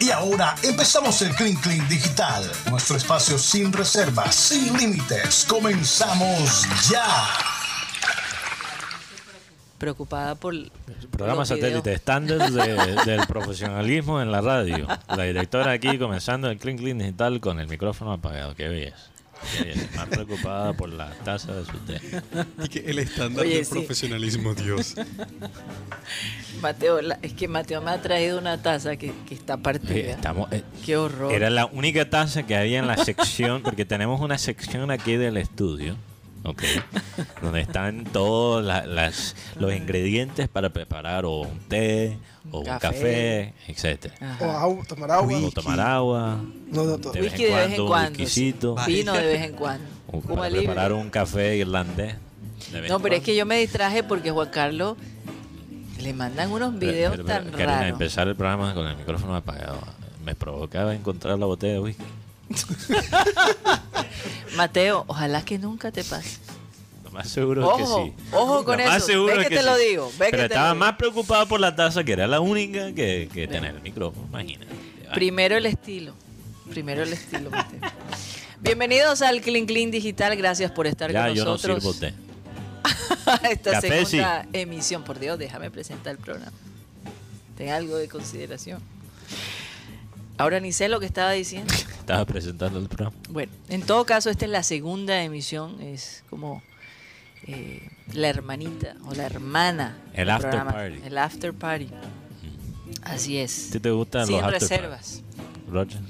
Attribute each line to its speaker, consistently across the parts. Speaker 1: Y ahora empezamos el Clean Clean Digital, nuestro espacio sin reservas, sin límites. Comenzamos ya.
Speaker 2: preocupada por l-
Speaker 3: Programa
Speaker 2: los
Speaker 3: satélite
Speaker 2: videos.
Speaker 3: estándar de- del profesionalismo en la radio. La directora aquí comenzando el Clean Clean Digital con el micrófono apagado. Qué belleza. Qué belleza. Más preocupada por la taza de su té.
Speaker 4: Y que el estándar
Speaker 2: Oye,
Speaker 4: del
Speaker 2: sí.
Speaker 4: profesionalismo, Dios.
Speaker 2: Mateo, la- es que Mateo me ha traído una taza que, que está partida.
Speaker 3: Eh, estamos, eh,
Speaker 2: Qué horror.
Speaker 3: Era la única taza que había en la sección, porque tenemos una sección aquí del estudio, ok, donde están todos la- las, los ingredientes para preparar o un té, o un
Speaker 2: Café. Ah.
Speaker 3: café, etcétera
Speaker 2: Ajá.
Speaker 5: O agua, tomar agua.
Speaker 3: O tomar agua,
Speaker 5: No, no, to-
Speaker 3: de vez
Speaker 2: Whisky
Speaker 3: en cuando, un whisquisito,
Speaker 2: sí. Vino de vez en cuando.
Speaker 3: o
Speaker 2: Cuba
Speaker 3: para
Speaker 2: Libre.
Speaker 3: preparar un café irlandés. de vez
Speaker 2: No,
Speaker 3: en
Speaker 2: pero es que
Speaker 3: cuando.
Speaker 2: yo me distraje porque Juan Carlos le mandan unos
Speaker 3: Pero-
Speaker 2: videos
Speaker 3: pero- pero,
Speaker 2: tan
Speaker 3: Karina,
Speaker 2: raros.
Speaker 3: empezar el programa con el micrófono apagado me provocaba encontrar la botella de whisky.
Speaker 2: Mateo, ojalá que nunca te pase.
Speaker 3: Lo más seguro es
Speaker 2: Ojo,
Speaker 3: que sí.
Speaker 2: ojo con
Speaker 3: Lo más
Speaker 2: eso.
Speaker 3: seguro
Speaker 2: Ve
Speaker 3: es
Speaker 2: que te lo
Speaker 3: sí.
Speaker 2: digo, ve que
Speaker 3: Pero
Speaker 2: te
Speaker 3: estaba
Speaker 2: lo digo.
Speaker 3: más preocupado por la taza, que era la única que, que tenía el micrófono, imagínate.
Speaker 2: Primero el estilo. Primero el estilo, Mateo. Bienvenidos al Clean Clean Digital. Gracias por estar
Speaker 3: ya,
Speaker 2: con
Speaker 3: yo
Speaker 2: nosotros.
Speaker 3: no sirvo té.
Speaker 2: esta
Speaker 3: Café,
Speaker 2: segunda emisión. Por Dios, déjame presentar el programa. Ten algo de consideración. Ahora ni sé lo que estaba diciendo.
Speaker 3: Estaba presentando el programa.
Speaker 2: Bueno, en todo caso, esta es la segunda emisión. Es como eh, la hermanita o la hermana.
Speaker 3: El
Speaker 2: del
Speaker 3: after party.
Speaker 2: El after party. Así es.
Speaker 3: ¿Sí te gustan
Speaker 2: Sin
Speaker 3: los after
Speaker 2: reservas.
Speaker 3: party, Roger?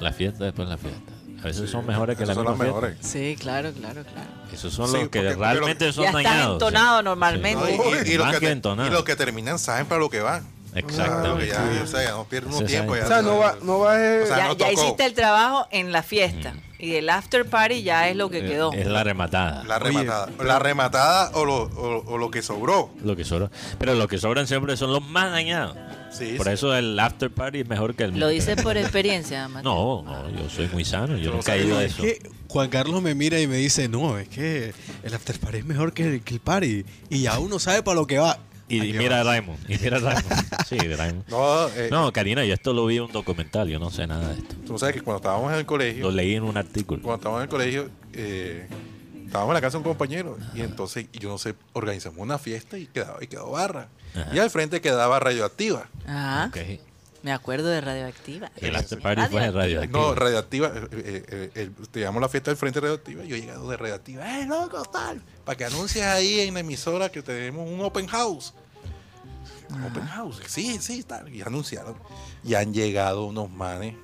Speaker 3: La fiesta después de la fiesta. A veces son mejores que la
Speaker 6: Esas son
Speaker 3: misma
Speaker 6: las
Speaker 3: fiesta.
Speaker 6: mejores.
Speaker 2: Sí, claro, claro, claro.
Speaker 3: Esos son
Speaker 6: Sí,
Speaker 3: los que
Speaker 6: porque- porque
Speaker 3: realmente
Speaker 6: lo-
Speaker 3: son
Speaker 2: Ya están
Speaker 3: dañados.
Speaker 2: entonados normalmente.
Speaker 6: No, y- y, y
Speaker 3: más
Speaker 6: los que
Speaker 3: que
Speaker 6: te-
Speaker 3: entonados.
Speaker 6: y los que terminan saben para lo que van. Porque
Speaker 3: Exactamente.
Speaker 6: ya, o sea, ya no pierden
Speaker 3: Se
Speaker 6: un tiempo.
Speaker 3: sabe.
Speaker 6: Ya
Speaker 5: O sea, no va, no va eh,
Speaker 6: O sea,
Speaker 2: ya,
Speaker 6: no
Speaker 2: ya
Speaker 6: tocó.
Speaker 2: hiciste el trabajo en la fiesta. Y el after party ya es lo que quedó.
Speaker 3: Mm. Eh, Es la rematada.
Speaker 6: La rematada. la rematada o lo, o, o lo que sobró.
Speaker 3: Lo que sobra. Pero los que sobran siempre son los más dañados.
Speaker 6: Sí,
Speaker 3: por
Speaker 6: sí.
Speaker 3: eso el after party es mejor que el
Speaker 2: Lo dices por experiencia, Mateo.
Speaker 3: No, no, yo soy muy sano, yo
Speaker 6: Tú no
Speaker 3: nunca he ido a
Speaker 6: sabes.
Speaker 4: Es
Speaker 3: eso.
Speaker 4: que Juan Carlos me mira y me dice, no, es que el after party es mejor que el, que el party. Y ya uno sabe para lo que va.
Speaker 3: Y, y mira a Raymond, y mira a Raymond. Sí, de Raymond.
Speaker 6: No, eh,
Speaker 3: No, Karina, yo esto lo vi en un documental, yo no sé nada de esto.
Speaker 6: Tú sabes que cuando estábamos en el
Speaker 3: Lo
Speaker 6: colegio,
Speaker 3: leí en un artículo.
Speaker 6: cuando estábamos en el colegio, eh, estábamos en la casa de un compañero. Y entonces, y yo no sé, organizamos una fiesta y quedaba, y quedó barra.
Speaker 3: Ajá.
Speaker 6: Y al frente quedaba radioactiva.
Speaker 2: Ajá.
Speaker 3: Ok.
Speaker 2: Me acuerdo de Radioactiva.
Speaker 3: El after party fue en
Speaker 6: No,
Speaker 3: radioactivo.
Speaker 6: radioactiva. eh, eh, eh, eh, te llamamos la fiesta del frente radioactiva. Yo he llegado de radioactiva. ¡Eh, loco, tal! Para que anuncies ahí en la emisora que tenemos un open house. Open house. Sí, sí, tal. Y anunciaron. Y han llegado unos manes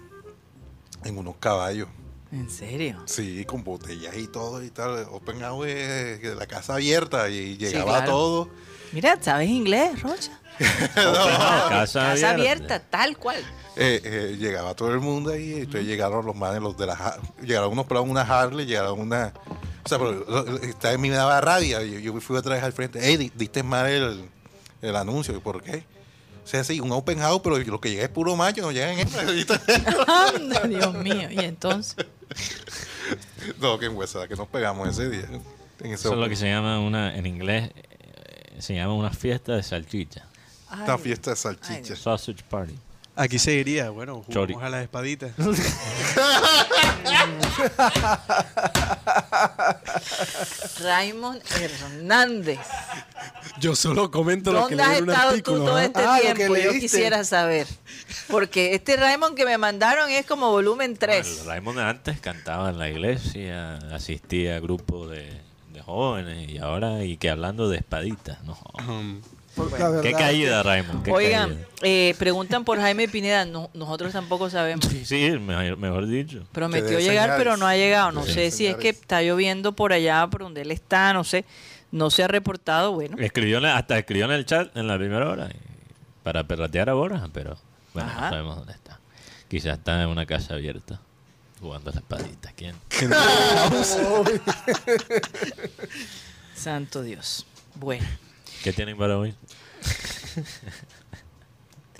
Speaker 6: en unos caballos.
Speaker 2: ¿En serio?
Speaker 6: Sí, con botellas y todo y tal. Open house es de la casa abierta y llegaba
Speaker 2: claro.
Speaker 6: todo.
Speaker 2: Mira, ¿sabes inglés, Rocha?
Speaker 3: Ah,
Speaker 2: Casa abierta, tal cual.
Speaker 6: Eh, eh, llegaba todo el mundo ahí, entonces llegaron los manes, los de la Har- llegaron unos pelados en una Harley, llegaron una. O sea, pero lo- está en mi daba rabia. Yo, yo fui otra vez al frente, hey, diste mal el, el anuncio, ¿y por qué? O sea, sí, un open house, pero lo que llega es puro macho, no llegan hembras.
Speaker 2: Anda, Dios mío. Y entonces,
Speaker 6: no, qué huesada que nos pegamos ese día. En ese
Speaker 3: Eso es lo
Speaker 6: open-
Speaker 3: que se llama una, en inglés, eh, se llama una fiesta de salchicha.
Speaker 6: Esta fiesta de salchichas.
Speaker 3: Sausage party.
Speaker 4: Aquí se diría, bueno, jugamos
Speaker 3: Chori.
Speaker 4: a las espaditas.
Speaker 2: Raymond Hernández.
Speaker 4: Yo solo comento lo que
Speaker 2: ¿Dónde
Speaker 4: leí
Speaker 2: has
Speaker 4: en un
Speaker 2: estado tú
Speaker 4: artículo.
Speaker 2: todo
Speaker 4: ¿ah?
Speaker 2: este
Speaker 5: Ah, lo que
Speaker 2: tiempo? Yo
Speaker 5: leíste.
Speaker 2: quisiera saber. Porque este Raymond que me mandaron es como volumen 3.
Speaker 3: El Raymond antes cantaba en la iglesia, asistía a grupos de, de jóvenes y ahora, y que hablando de espaditas, no.
Speaker 4: Um,
Speaker 5: la verdad.
Speaker 3: Qué caída, Raymond. qué
Speaker 2: Oigan,
Speaker 3: caída.
Speaker 2: eh, preguntan por Jaime Pineda. No- nosotros tampoco sabemos.
Speaker 3: Sí, sí, mejor, mejor dicho.
Speaker 2: Prometió
Speaker 6: Que dé
Speaker 2: llegar,
Speaker 6: señales.
Speaker 2: pero no ha llegado. No
Speaker 6: Que
Speaker 2: sé
Speaker 6: dé
Speaker 2: si es que
Speaker 6: señales.
Speaker 2: está lloviendo por allá, por donde él está, no sé. No se ha reportado, bueno.
Speaker 3: Escribió en la- hasta escribió en el chat en la primera hora eh, para perratear a Borja, pero bueno,
Speaker 2: Ajá.
Speaker 3: no sabemos dónde está. Quizás está en una casa abierta jugando a la espadita. ¿Quién?
Speaker 2: Santo Dios. Bueno.
Speaker 3: ¿Qué tienen para hoy?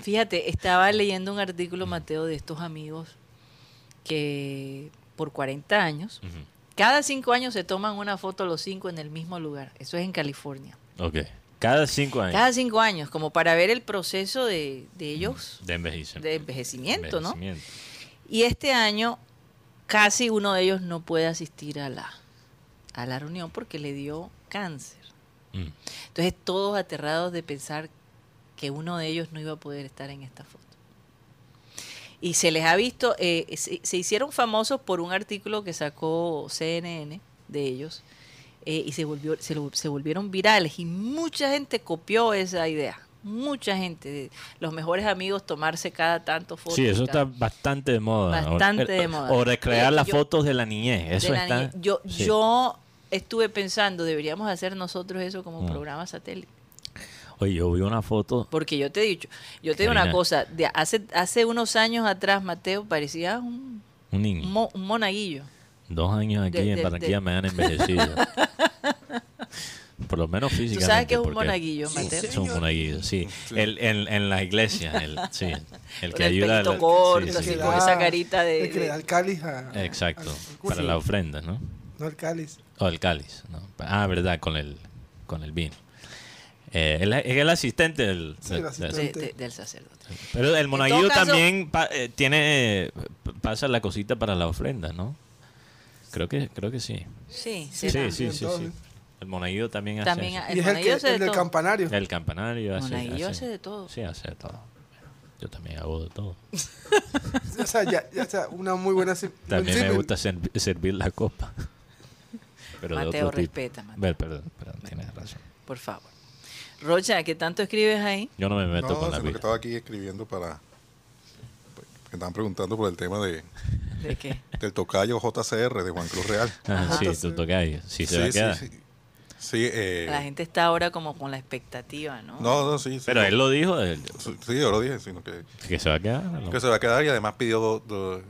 Speaker 2: Fíjate, estaba leyendo un artículo, Mateo, de estos amigos que por 40 años,
Speaker 3: Ujú.
Speaker 2: cada cinco años se toman una foto los cinco en el mismo lugar. Eso es en California.
Speaker 3: Ok. Cada cinco años.
Speaker 2: Cada cinco años, como para ver el proceso de, de ellos,
Speaker 3: De envejecimiento.
Speaker 2: de envejecimiento, ¿no?
Speaker 3: Mm. Envejecimiento.
Speaker 2: Y este año casi uno de ellos no puede asistir a la, a la reunión porque le dio cáncer.
Speaker 3: Mm.
Speaker 2: Entonces todos aterrados de pensar que uno de ellos no iba a poder estar en esta foto. Y se les ha visto, eh, se, se hicieron famosos por un artículo que sacó CNN de ellos eh, y se, volvió, se, lo- se volvieron virales y mucha gente copió esa idea. Mucha gente, los mejores amigos tomarse cada tanto fotos.
Speaker 3: Sí, eso está
Speaker 2: cada-
Speaker 3: bastante de moda. ahora.
Speaker 2: Bastante de moda.
Speaker 3: O recrear las
Speaker 2: Yo-
Speaker 3: fotos de la niñez.
Speaker 2: de
Speaker 3: Eso
Speaker 2: la
Speaker 3: está.
Speaker 2: niñez. Yo,
Speaker 3: sí.
Speaker 2: yo estuve pensando, deberíamos hacer nosotros eso como
Speaker 3: Mm.
Speaker 2: programa satélite.
Speaker 3: Oye, yo vi una foto.
Speaker 2: Porque yo te he dicho, yo te digo una
Speaker 3: Karina.
Speaker 2: cosa, de hace, hace unos años atrás Mateo parecía un,
Speaker 3: Un niño.
Speaker 2: mo- un monaguillo.
Speaker 3: Dos años aquí
Speaker 2: De-
Speaker 3: en
Speaker 2: de-
Speaker 3: Barranquilla
Speaker 2: de-
Speaker 3: me han envejecido. Por lo menos
Speaker 2: ¿Tú
Speaker 3: físicamente.
Speaker 2: sabes que es un
Speaker 3: porque
Speaker 2: monaguillo, Mateo?
Speaker 3: Es un monaguillo, sí. El, el- en las iglesias, el, sí. El
Speaker 2: Con
Speaker 3: que
Speaker 2: el
Speaker 3: ayuda. a la-
Speaker 2: pelito corto,
Speaker 3: sí,
Speaker 5: El
Speaker 2: así
Speaker 3: sí.
Speaker 5: que
Speaker 2: con
Speaker 5: da-
Speaker 2: esa carita de-
Speaker 5: El que le da el cáliz a.
Speaker 3: Exacto.
Speaker 5: al curso.
Speaker 3: Para la ofrenda, ¿no?
Speaker 5: No el cáliz.
Speaker 3: O el cáliz. ¿no? Ah, verdad, con el, con el vino. Eh, él es el asistente del.
Speaker 5: Sí, el
Speaker 3: del-
Speaker 5: asistente.
Speaker 2: de- de- del sacerdote.
Speaker 3: Pero el monaguillo
Speaker 2: todo caso-
Speaker 3: también pa- eh, tiene eh, p- pasa la cosita para la ofrenda, ¿no? Creo que creo que sí.
Speaker 2: Sí,
Speaker 3: Sí,
Speaker 2: será.
Speaker 3: sí, sí, sí.
Speaker 5: Entonces-
Speaker 3: El monaguillo también hace
Speaker 2: También
Speaker 3: eso.
Speaker 2: El
Speaker 5: y es el, que,
Speaker 2: monaguillo hace de
Speaker 5: el del
Speaker 2: todo.
Speaker 5: campanario.
Speaker 3: el campanario hace,
Speaker 2: Monaguillo hace de todo.
Speaker 3: Sí, hace de todo. Yo también hago de todo.
Speaker 5: O sea, ya, ya sea una muy buena. sim-
Speaker 3: También me
Speaker 5: símil.
Speaker 3: gusta ser- servir la copa. Pero de
Speaker 2: Mateo,
Speaker 3: otro tipo.
Speaker 2: respeta, Mateo.
Speaker 3: Ver, perdón, perdón, tienes razón.
Speaker 2: Por favor. Rocha, ¿qué tanto escribes ahí?
Speaker 3: Yo no me meto
Speaker 6: No,
Speaker 3: con la
Speaker 6: sino que
Speaker 3: vida.
Speaker 6: estaba aquí escribiendo para. pues, Me estaban preguntando por el tema de,
Speaker 2: ¿De qué?
Speaker 6: del tocayo JCR de Juan Cruz Real.
Speaker 3: Ah, sí, tú tocayo. Sí, se va a quedar.
Speaker 6: sí. Sí, eh,
Speaker 2: La gente está ahora como con la expectativa, ¿no?
Speaker 6: No, no, sí. sí,
Speaker 3: Pero
Speaker 6: no.
Speaker 3: él lo dijo, él-
Speaker 6: Sí, yo lo dije, sino que,
Speaker 3: que se va a quedar. ¿no?
Speaker 6: que se va a quedar y además pidió do- do-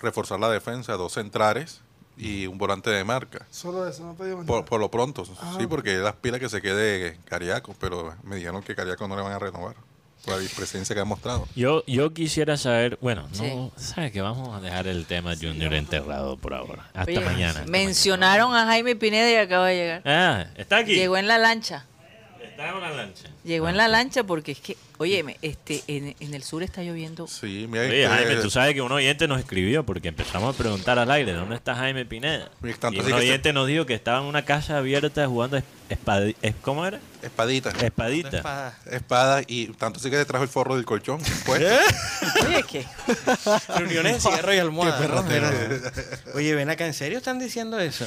Speaker 6: reforzar la defensa, dos centrales y un volante de marca.
Speaker 5: Solo eso, no pedimos
Speaker 6: Por,
Speaker 5: nada.
Speaker 6: por lo pronto,
Speaker 5: Ah.
Speaker 6: sí, porque las pilas que se quede Cariaco, pero me dijeron que Cariaco no le van a renovar por la presencia que ha mostrado.
Speaker 3: Yo, yo quisiera saber, bueno,
Speaker 2: Sí.
Speaker 3: no, sabes que vamos a dejar el tema Junior enterrado por ahora. Hasta
Speaker 2: Oye,
Speaker 3: mañana. hasta
Speaker 2: Mencionaron a Jaime Pineda y acaba de llegar.
Speaker 3: mañana. Ah, está aquí.
Speaker 2: Llegó en la lancha.
Speaker 3: Está en una lancha.
Speaker 2: Llegó en la lancha porque es que, óyeme, este, en, en el sur está lloviendo.
Speaker 6: Sí, mira,
Speaker 3: Oye,
Speaker 6: este,
Speaker 3: Jaime, tú sabes que un oyente nos escribió porque empezamos a preguntar al aire, ¿dónde está Jaime Pineda?
Speaker 6: Mira, tanto
Speaker 3: y
Speaker 6: así
Speaker 3: un
Speaker 6: que se-
Speaker 3: oyente nos dijo que estaba en una casa abierta jugando es- espadi- es- ¿cómo era?
Speaker 6: espadita.
Speaker 3: Espadita.
Speaker 6: Espada. Espada, y tanto sí que se trajo el forro del colchón. Pues,
Speaker 2: Oye, es que
Speaker 7: Reuniones de cigarro y almohada. ¿no? Pero- Oye, ven acá, ¿en serio están diciendo eso?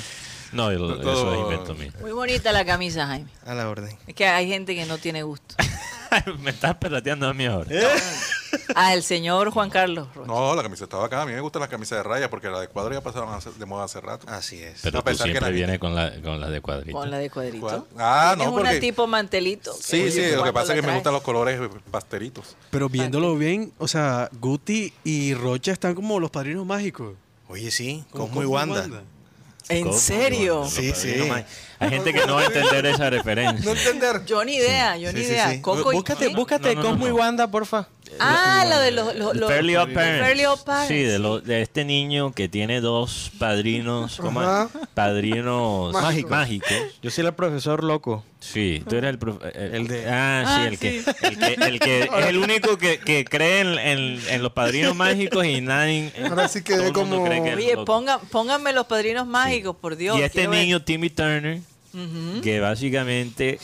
Speaker 3: No, el-
Speaker 6: Todo-
Speaker 3: eso es invento mío.
Speaker 2: muy bonita la camisa, Jaime.
Speaker 7: A la orden.
Speaker 2: Es que hay gente que no tiene gusto.
Speaker 3: Me estás perrateando a mí ahora.
Speaker 6: Eh,
Speaker 2: Al Ah, señor Juan Carlos Rocha.
Speaker 6: no, la camisa estaba acá. A mí me gustan las camisas de raya porque las de cuadro ya pasaron hace- de moda hace rato.
Speaker 7: Así es.
Speaker 3: Pero
Speaker 6: a
Speaker 3: tú
Speaker 6: pensar que
Speaker 3: siempre
Speaker 6: la-
Speaker 3: vienes con la, con la de cuadrito.
Speaker 2: Con la de cuadrito.
Speaker 6: ¿Cuál? Ah,
Speaker 2: Tienes
Speaker 6: no, porque-
Speaker 2: una tipo mantelito.
Speaker 6: Sí, sí, lo que
Speaker 2: cuando
Speaker 6: pasa es
Speaker 2: la
Speaker 6: que me
Speaker 2: traes.
Speaker 6: gustan los colores eh, pastelitos.
Speaker 4: Pero viéndolo bien, o sea, Guti y Rocha están como los padrinos mágicos.
Speaker 7: Oye, sí,
Speaker 4: Como
Speaker 7: Cosmo y
Speaker 4: Cosmo y
Speaker 7: Wanda.
Speaker 4: Wanda.
Speaker 2: ¿En
Speaker 3: ¿Cómo?
Speaker 2: serio?
Speaker 3: Los
Speaker 7: Sí,
Speaker 3: padrinos
Speaker 7: sí.
Speaker 3: mágicos. Hay gente que no va a entender esa referencia.
Speaker 5: No entender.
Speaker 2: Yo ni idea, yo
Speaker 7: Sí,
Speaker 2: ni
Speaker 7: sí,
Speaker 2: idea.
Speaker 7: sí.
Speaker 2: Coco y
Speaker 7: búscate,
Speaker 2: ¿qué?
Speaker 7: búscate
Speaker 3: No, no, no,
Speaker 7: Cosmo y
Speaker 3: no.
Speaker 7: Wanda, porfa.
Speaker 2: Ah, lo de los. los, los-
Speaker 3: Fairly Odd Parents.
Speaker 2: Fairly Odd Parents.
Speaker 3: Sí, de, lo- de este niño que tiene dos padrinos. ¿cómo es?
Speaker 5: Ajá.
Speaker 3: Padrinos
Speaker 7: Mágicos.
Speaker 3: mágicos.
Speaker 7: Yo soy el profesor loco.
Speaker 3: Sí, tú eres el, prof- el,
Speaker 7: El de-
Speaker 3: Ah, sí,
Speaker 2: Ah,
Speaker 3: el, Que, el que. el que es el único que, que cree en, en- en los padrinos mágicos y nadie. eh,
Speaker 5: Ahora sí
Speaker 3: todo el
Speaker 5: quedé
Speaker 3: mundo
Speaker 5: como-
Speaker 3: cree que es
Speaker 2: Oye,
Speaker 3: loco.
Speaker 2: pongan, pónganme los padrinos mágicos, por Dios.
Speaker 3: Y este
Speaker 2: quiero ver.
Speaker 3: niño, Timmy Turner, que básicamente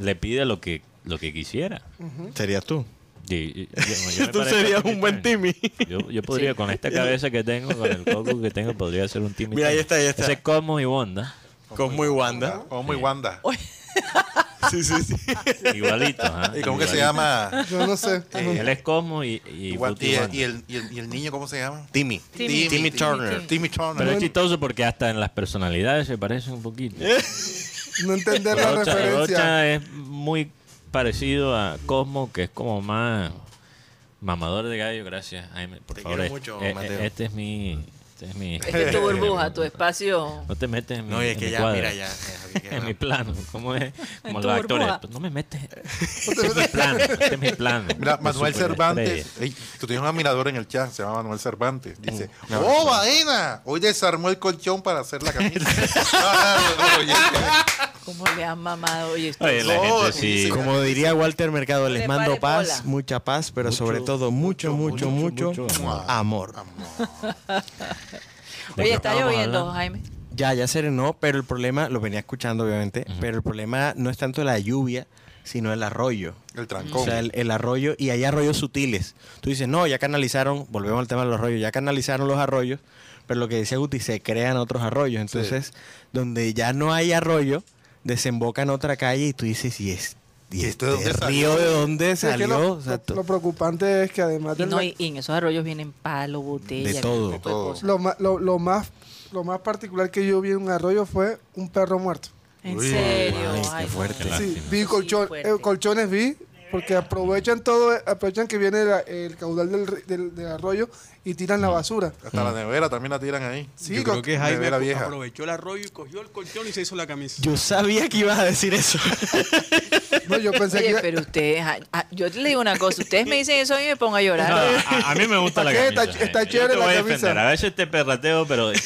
Speaker 3: le pide lo que, lo que quisiera.
Speaker 7: Serías tú.
Speaker 3: Y- y- yo- yo me
Speaker 7: Tú
Speaker 3: parezco a
Speaker 7: serías
Speaker 3: Timmy
Speaker 7: un buen
Speaker 3: Turner.
Speaker 7: Timmy.
Speaker 3: Yo, yo podría, con esta cabeza que tengo, con el coco que tengo, podría ser un Timmy
Speaker 7: Mira, ahí
Speaker 3: Turner.
Speaker 7: está, ahí está.
Speaker 3: Ese es Cosmo y Wanda.
Speaker 7: Cosmo y Wanda.
Speaker 6: Como muy Wanda.
Speaker 7: Sí, sí, sí.
Speaker 3: Igualito, ¿ah?
Speaker 6: ¿Y cómo que se
Speaker 3: Igualito.
Speaker 6: llama?
Speaker 5: Yo no sé.
Speaker 3: Eh, él es Cosmo y, y
Speaker 6: Wa-
Speaker 3: Guti
Speaker 6: Y,
Speaker 3: Wanda.
Speaker 6: y el, y el- y el niño cómo se llama?
Speaker 7: Timmy.
Speaker 2: Timmy.
Speaker 7: Timmy Turner.
Speaker 6: Timmy Turner.
Speaker 3: Pero es chistoso porque hasta en las personalidades se parecen un poquito.
Speaker 5: No entender la
Speaker 3: Rocha,
Speaker 5: referencia.
Speaker 3: Rocha es muy parecido a Cosmo, que es como más mamador de gallo. Gracias, Jaime. Por
Speaker 7: Te
Speaker 3: favor,
Speaker 7: quiero
Speaker 3: es-
Speaker 7: mucho,
Speaker 3: eh, eh,
Speaker 7: Mateo.
Speaker 3: este es mi... este Este es mi.
Speaker 2: Es que tu burbuja, tu espacio.
Speaker 3: No te metes en mi,
Speaker 7: No, y es
Speaker 3: en
Speaker 7: que
Speaker 3: mi
Speaker 7: ya,
Speaker 3: cuadro.
Speaker 7: mira, ya. ya, ya,
Speaker 3: en mi
Speaker 7: ya.
Speaker 3: plano. ¿Cómo es? Como
Speaker 2: tu
Speaker 3: los actores. pues,
Speaker 2: burbuja.
Speaker 3: No me metes. Este es mi plano. Este es mi plano.
Speaker 6: Mira,
Speaker 3: Mi
Speaker 6: Manuel
Speaker 3: superestrella.
Speaker 6: Cervantes, ey, tú tienes un admirador en el chat, se llama Manuel Cervantes. Dice, ¡Oh, vaina! Hoy desarmó el colchón para hacer la camisa. Ah, oye,
Speaker 2: ¿Cómo le han mamado? Oye, esto-
Speaker 3: Oye, la
Speaker 6: No,
Speaker 3: gente
Speaker 6: sí,
Speaker 3: sí.
Speaker 6: Oh, sí.
Speaker 8: Como diría Walter Mercado,
Speaker 2: Le
Speaker 8: les mando
Speaker 2: pare
Speaker 8: paz,
Speaker 2: bola.
Speaker 8: mucha paz, pero
Speaker 3: Mucho,
Speaker 8: sobre todo mucho, mucho, mucho,
Speaker 3: mucho, mucho
Speaker 8: amor.
Speaker 3: ¿De
Speaker 2: Oye,
Speaker 3: qué
Speaker 2: está
Speaker 3: estábamos
Speaker 2: lloviendo,
Speaker 3: hablando?
Speaker 2: Jaime.
Speaker 8: Ya, ya serenó, pero el problema, lo venía escuchando obviamente, pero el problema no es tanto la lluvia, sino el arroyo.
Speaker 6: el
Speaker 8: O
Speaker 6: trancón.
Speaker 8: sea, el, el arroyo, y hay arroyos sutiles. Tú dices, no, ya canalizaron, volvemos al tema de los arroyos, ya canalizaron los arroyos, pero lo que decía Guti, se crean otros arroyos. Entonces, donde ya no hay arroyo, desemboca en otra calle y tú dices, ¿y, es, y
Speaker 6: ¿Y esto de
Speaker 8: este
Speaker 6: dónde salió?
Speaker 8: río de dónde
Speaker 5: Sí, es que
Speaker 8: salió?
Speaker 5: lo,
Speaker 8: O sea,
Speaker 5: lo-
Speaker 8: tú-
Speaker 5: lo preocupante es que además
Speaker 2: Y,
Speaker 5: del
Speaker 2: no,
Speaker 5: ma-
Speaker 2: y, y en esos arroyos vienen palo, botella,
Speaker 8: todo.
Speaker 2: un poco de
Speaker 6: De todo.
Speaker 2: cosas.
Speaker 5: lo, ma- lo- lo más lo más particular que yo vi en un arroyo fue un perro muerto.
Speaker 2: En
Speaker 6: Uy,
Speaker 2: serio.
Speaker 8: ay, qué
Speaker 2: no.
Speaker 3: Qué
Speaker 8: fuerte.
Speaker 5: Sí,
Speaker 3: lástima.
Speaker 5: vi
Speaker 2: Sí,
Speaker 5: colchón-
Speaker 2: fuerte.
Speaker 5: eh, colchones vi porque aprovechan todo, aprovechan que viene la- el caudal del, ri- del- del arroyo y tiran
Speaker 3: Mm.
Speaker 5: la basura.
Speaker 6: Hasta la nevera también la tiran ahí.
Speaker 5: Sí,
Speaker 4: Yo
Speaker 5: co-
Speaker 4: creo que Jaime
Speaker 6: nevera vieja.
Speaker 4: aprovechó el arroyo y cogió el colchón y se hizo la camisa.
Speaker 8: Yo sabía que ibas a decir eso.
Speaker 5: no, yo pensé que
Speaker 2: Oye,
Speaker 5: iba-
Speaker 2: pero ustedes, ah, ah, yo les digo una cosa, ustedes me dicen eso y me pongo a llorar.
Speaker 3: No, a, a mí me gusta la
Speaker 5: ¿Para qué?
Speaker 3: camisa.
Speaker 5: Está- está
Speaker 3: Yo te
Speaker 5: chévere la
Speaker 3: voy a
Speaker 5: camisa.
Speaker 3: defender. A veces te perrateo, pero o- hoy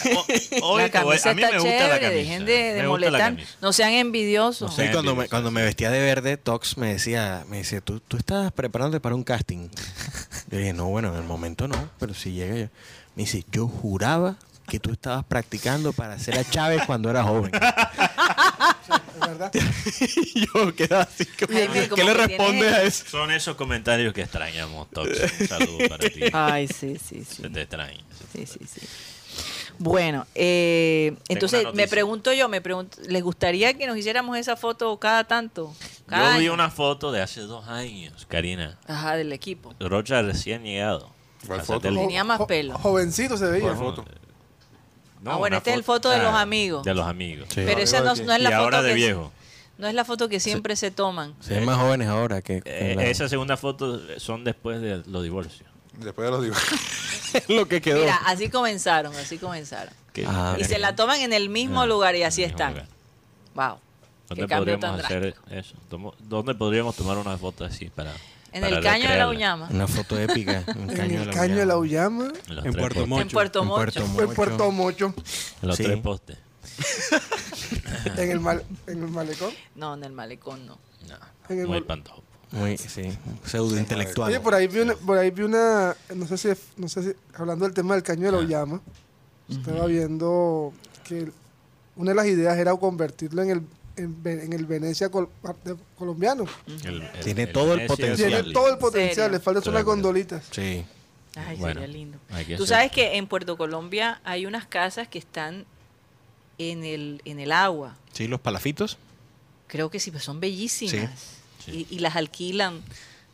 Speaker 2: la
Speaker 3: te voy-
Speaker 2: camisa
Speaker 3: a mí
Speaker 2: está
Speaker 3: me gusta
Speaker 2: chévere,
Speaker 3: la camisa.
Speaker 2: dejen de, de
Speaker 3: me gusta la
Speaker 2: molestar,
Speaker 3: camisa.
Speaker 2: no sean envidiosos.
Speaker 3: No
Speaker 8: Sí,
Speaker 3: sean
Speaker 8: cuando me,
Speaker 3: envidiosos.
Speaker 8: cuando me vestía de verde, Tox me decía, me decía, ¿Tú, tú estás preparándote para un casting. Yo dije, no, bueno, en el momento no, pero si llega yo. Me dice, yo juraba que tú estabas practicando para ser a Chávez cuando eras joven.
Speaker 5: es verdad.
Speaker 8: Y yo quedaba así como,
Speaker 2: Ay, que como
Speaker 8: ¿qué le
Speaker 2: que
Speaker 8: respondes
Speaker 2: tiene-
Speaker 8: a eso?
Speaker 3: Son esos comentarios que extrañamos, Tox. Un saludo para ti.
Speaker 2: Ay, sí, sí, sí.
Speaker 3: Se te extraña.
Speaker 2: Sí, sí, sí. Bueno, eh, entonces
Speaker 3: una
Speaker 2: me
Speaker 3: noticia.
Speaker 2: pregunto yo, me pregunto, ¿les gustaría que nos hiciéramos esa foto cada tanto? Cada
Speaker 3: Yo vi
Speaker 2: año?
Speaker 3: una foto de hace dos años, Karina.
Speaker 2: Ajá, del equipo.
Speaker 3: Rocha recién llegado.
Speaker 6: ¿Cuál
Speaker 3: a
Speaker 6: foto?
Speaker 3: satélite.
Speaker 2: Tenía más
Speaker 5: Jo-
Speaker 2: pelo.
Speaker 5: Jovencito se veía.
Speaker 6: ¿Cuál foto?
Speaker 3: No,
Speaker 2: Ah, bueno,
Speaker 3: una
Speaker 2: esta es el foto de los
Speaker 3: ah,
Speaker 2: amigos.
Speaker 3: De los amigos.
Speaker 2: Pero esa no, no es
Speaker 3: y
Speaker 2: la foto
Speaker 3: ahora de
Speaker 2: que-
Speaker 3: viejo.
Speaker 2: No es la foto que siempre se toman.
Speaker 8: Se ven más jóvenes ahora que...
Speaker 3: Eh, esa segunda foto son después de los divorcios.
Speaker 6: Después de los dibujos.
Speaker 8: es lo que quedó.
Speaker 2: Mira, así comenzaron, así comenzaron.
Speaker 3: Que-
Speaker 8: Ah,
Speaker 2: Y
Speaker 8: ok.
Speaker 2: se la toman en el mismo
Speaker 3: Ah,
Speaker 2: lugar y
Speaker 3: en el
Speaker 2: así
Speaker 3: mismo
Speaker 2: están.
Speaker 3: lugar.
Speaker 2: Wow. Qué
Speaker 3: ¿Dónde
Speaker 2: cambio tan
Speaker 3: podríamos hacer
Speaker 2: drástico.
Speaker 3: eso? Tomo- ¿Dónde podríamos tomar una foto así para.
Speaker 2: En
Speaker 3: para
Speaker 2: el caño de la
Speaker 3: recrearla?
Speaker 2: Uñama.
Speaker 8: Una foto épica. Un
Speaker 5: En
Speaker 8: caño
Speaker 5: el caño de la Ullama,
Speaker 3: En, los
Speaker 4: En
Speaker 3: tres
Speaker 4: Puerto
Speaker 3: postes,
Speaker 4: Mocho.
Speaker 2: En Puerto
Speaker 8: En
Speaker 2: Mocho.
Speaker 8: Puerto
Speaker 5: en Puerto Mocho,
Speaker 3: En los
Speaker 8: Sí.
Speaker 3: tres postes.
Speaker 5: en el, mal- en el malecón.
Speaker 2: No, en el malecón no.
Speaker 5: En el
Speaker 3: muy
Speaker 5: bol-
Speaker 3: espantoso.
Speaker 8: Muy, sí. Pseudo intelectual.
Speaker 5: Oye, por ahí vi una, por ahí vi una, no sé si, no sé si, hablando del tema del caño de la Ullama, estaba viendo que una de las ideas era convertirlo en el, en, Ve- en el Venecia col- de- colombiano.
Speaker 3: El- el-
Speaker 8: Tiene todo el
Speaker 3: Venecia
Speaker 8: potencial.
Speaker 5: Tiene
Speaker 3: Valley.
Speaker 5: todo el potencial,
Speaker 2: Serio.
Speaker 5: le faltan
Speaker 3: Estoy de
Speaker 5: solo las
Speaker 3: acuerdo.
Speaker 5: gondolitas.
Speaker 8: Sí.
Speaker 2: Ay,
Speaker 3: Bueno,
Speaker 2: sería lindo.
Speaker 3: hay que
Speaker 2: Tú
Speaker 3: hacer-
Speaker 2: sabes que en Puerto Colombia hay unas casas que están en el, en el agua.
Speaker 8: Sí, los palafitos.
Speaker 2: Creo que sí, pues son bellísimas.
Speaker 3: Sí.
Speaker 2: Y, y las alquilan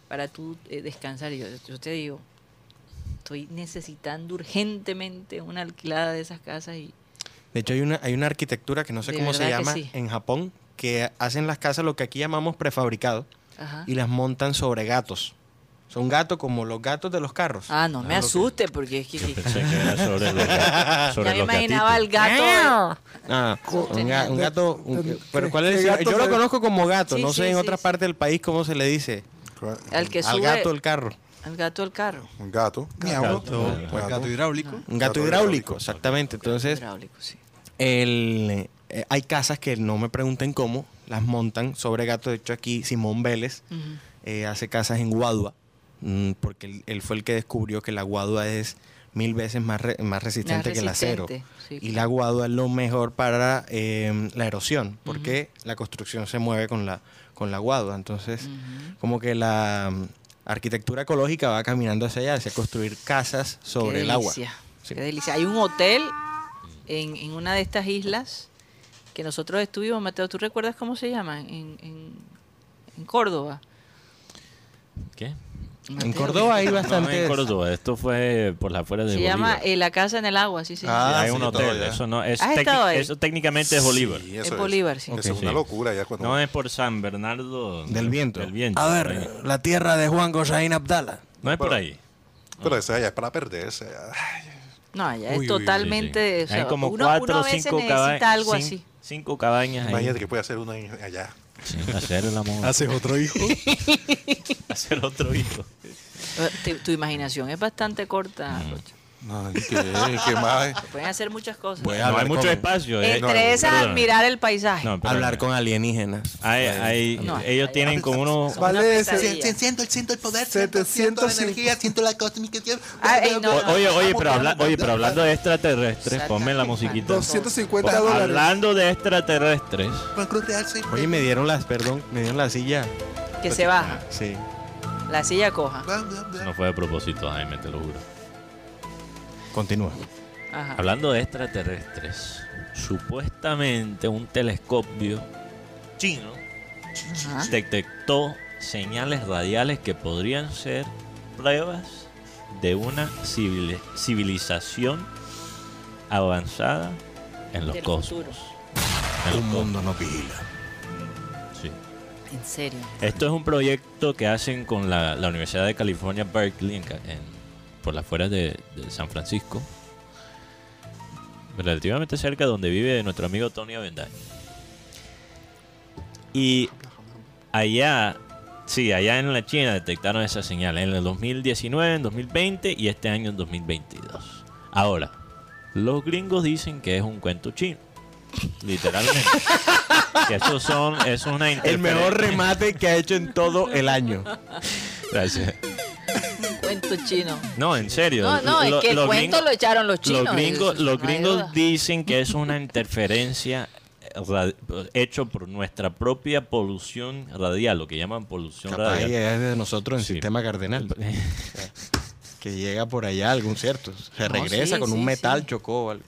Speaker 2: para tú eh, descansar. Y yo, yo te digo, estoy necesitando urgentemente una alquilada de esas casas y
Speaker 8: De hecho, hay una, hay una arquitectura que no sé
Speaker 2: De
Speaker 8: cómo se
Speaker 2: verdad que
Speaker 8: llama
Speaker 2: sí.
Speaker 8: en Japón, que hacen las casas lo que aquí llamamos prefabricado
Speaker 2: ajá.
Speaker 8: y las montan sobre gatos. Son gatos como los gatos de los carros.
Speaker 2: Ah, no me asuste porque es que,
Speaker 3: Yo
Speaker 2: que-
Speaker 3: pensé que era sobre los gatos.
Speaker 2: ya
Speaker 3: sobre
Speaker 2: me
Speaker 3: los
Speaker 2: imaginaba al
Speaker 3: gatitos.
Speaker 2: gato. eh,
Speaker 8: Ah, un, ga- un gato. un-
Speaker 5: ¿Qué-
Speaker 8: pero ¿cuál es
Speaker 5: qué
Speaker 8: el-
Speaker 5: gato
Speaker 8: Yo lo
Speaker 5: se-
Speaker 8: conozco como gato.
Speaker 2: Sí,
Speaker 8: no sé
Speaker 2: sí,
Speaker 8: en
Speaker 2: sí,
Speaker 8: otra
Speaker 2: sí.
Speaker 8: parte del país cómo se le dice.
Speaker 2: Al que
Speaker 8: Al
Speaker 2: sube,
Speaker 8: gato el carro.
Speaker 2: al gato del carro.
Speaker 6: Un gato.
Speaker 4: Gato, pues, gato hidráulico.
Speaker 8: Un gato,
Speaker 6: Gato
Speaker 8: hidráulico,
Speaker 6: hidráulico.
Speaker 8: exactamente. Entonces,
Speaker 2: Hidráulico, sí.
Speaker 8: El, eh, hay casas que no me pregunten cómo, las montan sobre gato. De hecho, aquí Simón Vélez
Speaker 2: Ujú.
Speaker 8: eh, hace casas en Guadua, mm, porque él, él fue el que descubrió que la Guadua es mil veces más, re- más resistente que el acero.
Speaker 2: resistente, sí,
Speaker 8: y
Speaker 2: claro.
Speaker 8: la Guadua es lo mejor para eh, la erosión, porque la construcción se mueve con la, con la Guadua. Entonces, como que la mm, arquitectura ecológica va caminando hacia allá, hacia construir casas sobre
Speaker 2: Qué
Speaker 8: el agua.
Speaker 2: delicia,
Speaker 8: Sí.
Speaker 2: Qué delicia. Hay un hotel en, en una de estas islas que nosotros estuvimos, Mateo, ¿tú recuerdas cómo se llama? En, en, en Córdoba.
Speaker 3: ¿Qué?
Speaker 8: En
Speaker 2: Mateo,
Speaker 8: Córdoba hay
Speaker 3: No, no
Speaker 8: bastante...
Speaker 3: en Córdoba. Esto fue por las afueras de
Speaker 2: Se
Speaker 3: Bolívar.
Speaker 2: llama eh, La Casa en el Agua, sí, sí.
Speaker 6: Ah,
Speaker 3: hay un
Speaker 6: sí,
Speaker 3: hotel.
Speaker 6: todavía.
Speaker 3: Eso, no, es
Speaker 2: ¿Has estado
Speaker 3: técnic-
Speaker 2: ahí?
Speaker 3: eso técnicamente es Bolívar.
Speaker 6: Sí,
Speaker 2: en
Speaker 6: eso es.
Speaker 2: Bolívar, sí.
Speaker 6: Eso es
Speaker 3: Ok,
Speaker 6: una
Speaker 3: sí.
Speaker 6: locura ya cuando.
Speaker 3: No es por San Bernardo.
Speaker 8: Del viento.
Speaker 3: Del viento.
Speaker 8: A
Speaker 3: por ahí.
Speaker 8: ver, la tierra de Juan Gosaín Abdala.
Speaker 3: No es por ahí.
Speaker 6: Pero esa ya es para perderse. ya.
Speaker 2: No, ya es
Speaker 4: Uy, uy, uy,
Speaker 2: totalmente. o sea,
Speaker 3: Hay como
Speaker 2: uno,
Speaker 3: cuatro
Speaker 2: uno
Speaker 3: o
Speaker 2: a veces
Speaker 3: cinco
Speaker 2: necesita
Speaker 3: cabañas.
Speaker 2: algo así.
Speaker 3: Cinco cabañas ahí.
Speaker 6: Imagínate que puede hacer uno ahí- allá.
Speaker 3: Sí, hacer el amor.
Speaker 4: Haces otro hijo.
Speaker 3: hacer otro hijo.
Speaker 2: Eh, te- tu imaginación es bastante corta.
Speaker 3: Mm.
Speaker 2: Rocha.
Speaker 6: No, ¿y ¿qué, qué más?
Speaker 2: Pueden hacer muchas cosas.
Speaker 6: Bueno,
Speaker 3: No hay
Speaker 6: hablar
Speaker 3: mucho
Speaker 6: con-
Speaker 3: espacio. eh.
Speaker 2: Entre esas,
Speaker 3: Perdóname.
Speaker 2: admirar el paisaje.
Speaker 3: No, perdóname.
Speaker 8: Hablar con alienígenas.
Speaker 3: Hay- hay-
Speaker 2: No,
Speaker 3: ellos
Speaker 2: hay-
Speaker 3: tienen como unos.
Speaker 2: Son una
Speaker 5: Vale, ese-
Speaker 2: pesadilla.
Speaker 6: siento, siento el poder,
Speaker 5: 700
Speaker 6: siento la cósmica. siento-
Speaker 2: Ah, ey, no,
Speaker 3: O- Oye, oye, pero, habla- oye, pero hablando de extraterrestres,
Speaker 2: Saca-
Speaker 3: ponme la musiquita.
Speaker 5: 250
Speaker 3: Pues,
Speaker 5: dólares.
Speaker 3: hablando de extraterrestres,
Speaker 6: Para cruzarse.
Speaker 8: Oye, me dieron las, perdón, me dieron la silla.
Speaker 2: Que se baja.
Speaker 8: Sí.
Speaker 2: La silla coja.
Speaker 6: Bla, bla, bla.
Speaker 3: no fue de propósito, Jaime, te lo juro.
Speaker 8: Continúa.
Speaker 2: Ajá.
Speaker 3: Hablando de extraterrestres, supuestamente un telescopio chino
Speaker 2: Ajá.
Speaker 3: detectó señales radiales que podrían ser pruebas de una civili- civilización avanzada en los
Speaker 2: Del
Speaker 3: cosmos.
Speaker 2: futuro.
Speaker 3: En los
Speaker 8: Un mundo no vigila.
Speaker 3: cosmos, sí.
Speaker 2: En serio.
Speaker 3: Esto es un proyecto que hacen con la, la Universidad de California, Berkeley, en, Ca- en- por las afueras de, de San Francisco. Relativamente cerca de donde vive nuestro amigo Tony Avendaño. Y allá, sí, allá en la China detectaron esa señal en el 2019, en 2020 y este año en 2022. Ahora, los gringos dicen que es un cuento chino. Literalmente. que eso son, eso es una
Speaker 8: El mejor
Speaker 3: interferencia.
Speaker 8: remate que ha hecho en todo el año.
Speaker 3: Gracias.
Speaker 2: Un Cuento chino.
Speaker 3: No, en serio.
Speaker 2: No, no,
Speaker 3: Lo-
Speaker 2: es que el
Speaker 3: los
Speaker 2: cuento
Speaker 3: gringos-
Speaker 2: lo echaron los chinos.
Speaker 3: los gringos,
Speaker 2: eso
Speaker 3: los
Speaker 2: no hay
Speaker 3: gringos
Speaker 2: duda.
Speaker 3: dicen que es una interferencia ra- hecho por nuestra propia polución radial, lo que llaman polución
Speaker 8: Capaz
Speaker 3: radial.
Speaker 8: es de nosotros en
Speaker 3: Sí.
Speaker 8: sistema cardenal. que llega por allá algún cierto. Se
Speaker 2: No,
Speaker 8: regresa
Speaker 2: sí,
Speaker 8: con
Speaker 2: sí,
Speaker 8: un metal,
Speaker 2: sí.
Speaker 8: chocó o algo.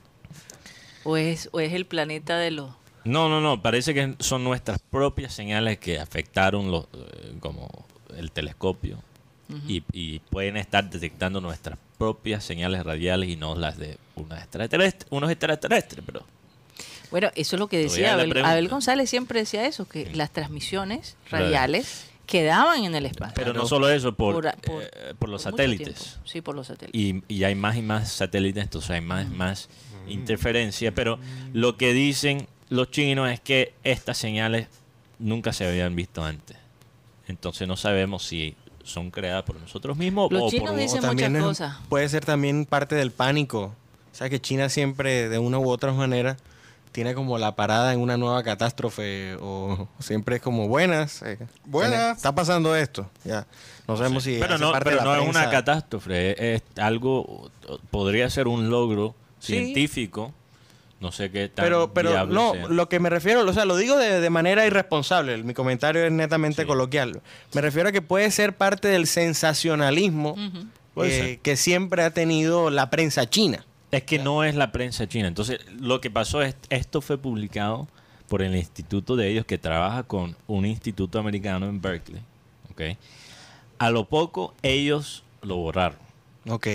Speaker 2: O es, o es el planeta de los.
Speaker 3: No, no, no. Parece que son nuestras propias señales que afectaron los, eh, como el telescopio y, y pueden estar detectando nuestras propias señales radiales y no las de unas extraterrestres, unos extraterrestres, pero
Speaker 2: Bueno, eso es lo que
Speaker 3: Todavía
Speaker 2: decía
Speaker 3: la
Speaker 2: Abel,
Speaker 3: pregunta.
Speaker 2: Abel González siempre decía eso, que las transmisiones
Speaker 3: Radial.
Speaker 2: radiales quedaban en el espacio.
Speaker 3: pero no solo eso, por,
Speaker 2: Por-
Speaker 3: eh,
Speaker 2: por-
Speaker 3: por los
Speaker 2: Por mucho
Speaker 3: satélites.
Speaker 2: tiempo. Sí, por los satélites.
Speaker 3: y, y hay más y más satélites, entonces hay más
Speaker 8: Mm.
Speaker 3: y más interferencia. Pero lo que dicen los chinos es que estas señales nunca se habían visto antes. Entonces no sabemos si son creadas por nosotros mismos
Speaker 2: Los
Speaker 3: o
Speaker 2: chinos
Speaker 3: por un-
Speaker 2: dicen-
Speaker 8: O también
Speaker 2: muchas
Speaker 8: es-
Speaker 2: cosas.
Speaker 8: Puede ser también parte del pánico. O sea, que China siempre, de una u otra manera, tiene como la parada en una nueva catástrofe. O siempre es como, buenas. eh,
Speaker 6: Buenas.
Speaker 8: tiene- Está pasando esto. Ya. No sabemos si.
Speaker 3: pero
Speaker 8: hace
Speaker 3: no,
Speaker 8: parte de
Speaker 3: pero
Speaker 8: la
Speaker 3: no es una
Speaker 8: prensa.
Speaker 3: catástrofe, es, es algo, o- podría ser un logro científico, no sé qué tan
Speaker 8: Pero, pero
Speaker 3: viable
Speaker 8: no,
Speaker 3: sea.
Speaker 8: lo que me refiero, o sea, lo digo de, de manera irresponsable. Mi comentario es netamente coloquial. Me refiero a que puede ser parte del sensacionalismo
Speaker 2: Ujú.
Speaker 3: Puede
Speaker 8: eh,
Speaker 3: ser.
Speaker 8: que siempre ha tenido la prensa china.
Speaker 3: Es que no es la prensa china. Entonces, lo que pasó es, esto fue publicado por el instituto de ellos que trabaja con un instituto americano en Berkeley. ¿ok? A lo poco, ellos lo borraron,
Speaker 8: Ok.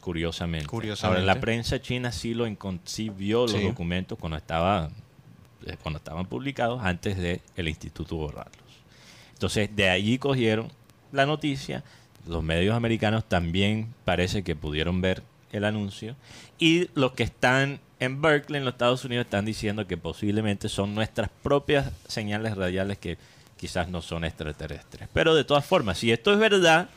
Speaker 3: curiosamente.
Speaker 8: Curiosamente.
Speaker 3: Ahora, la prensa china sí, lo encon- sí vio los
Speaker 8: Sí.
Speaker 3: documentos cuando, estaba, eh, cuando estaban publicados antes del el instituto borrarlos. Entonces, de allí cogieron la noticia. Los medios americanos también parece que pudieron ver el anuncio. Y los que están en Berkeley, en los Estados Unidos, están diciendo que posiblemente son nuestras propias señales radiales que quizás no son extraterrestres. Pero de todas formas, si esto es verdad,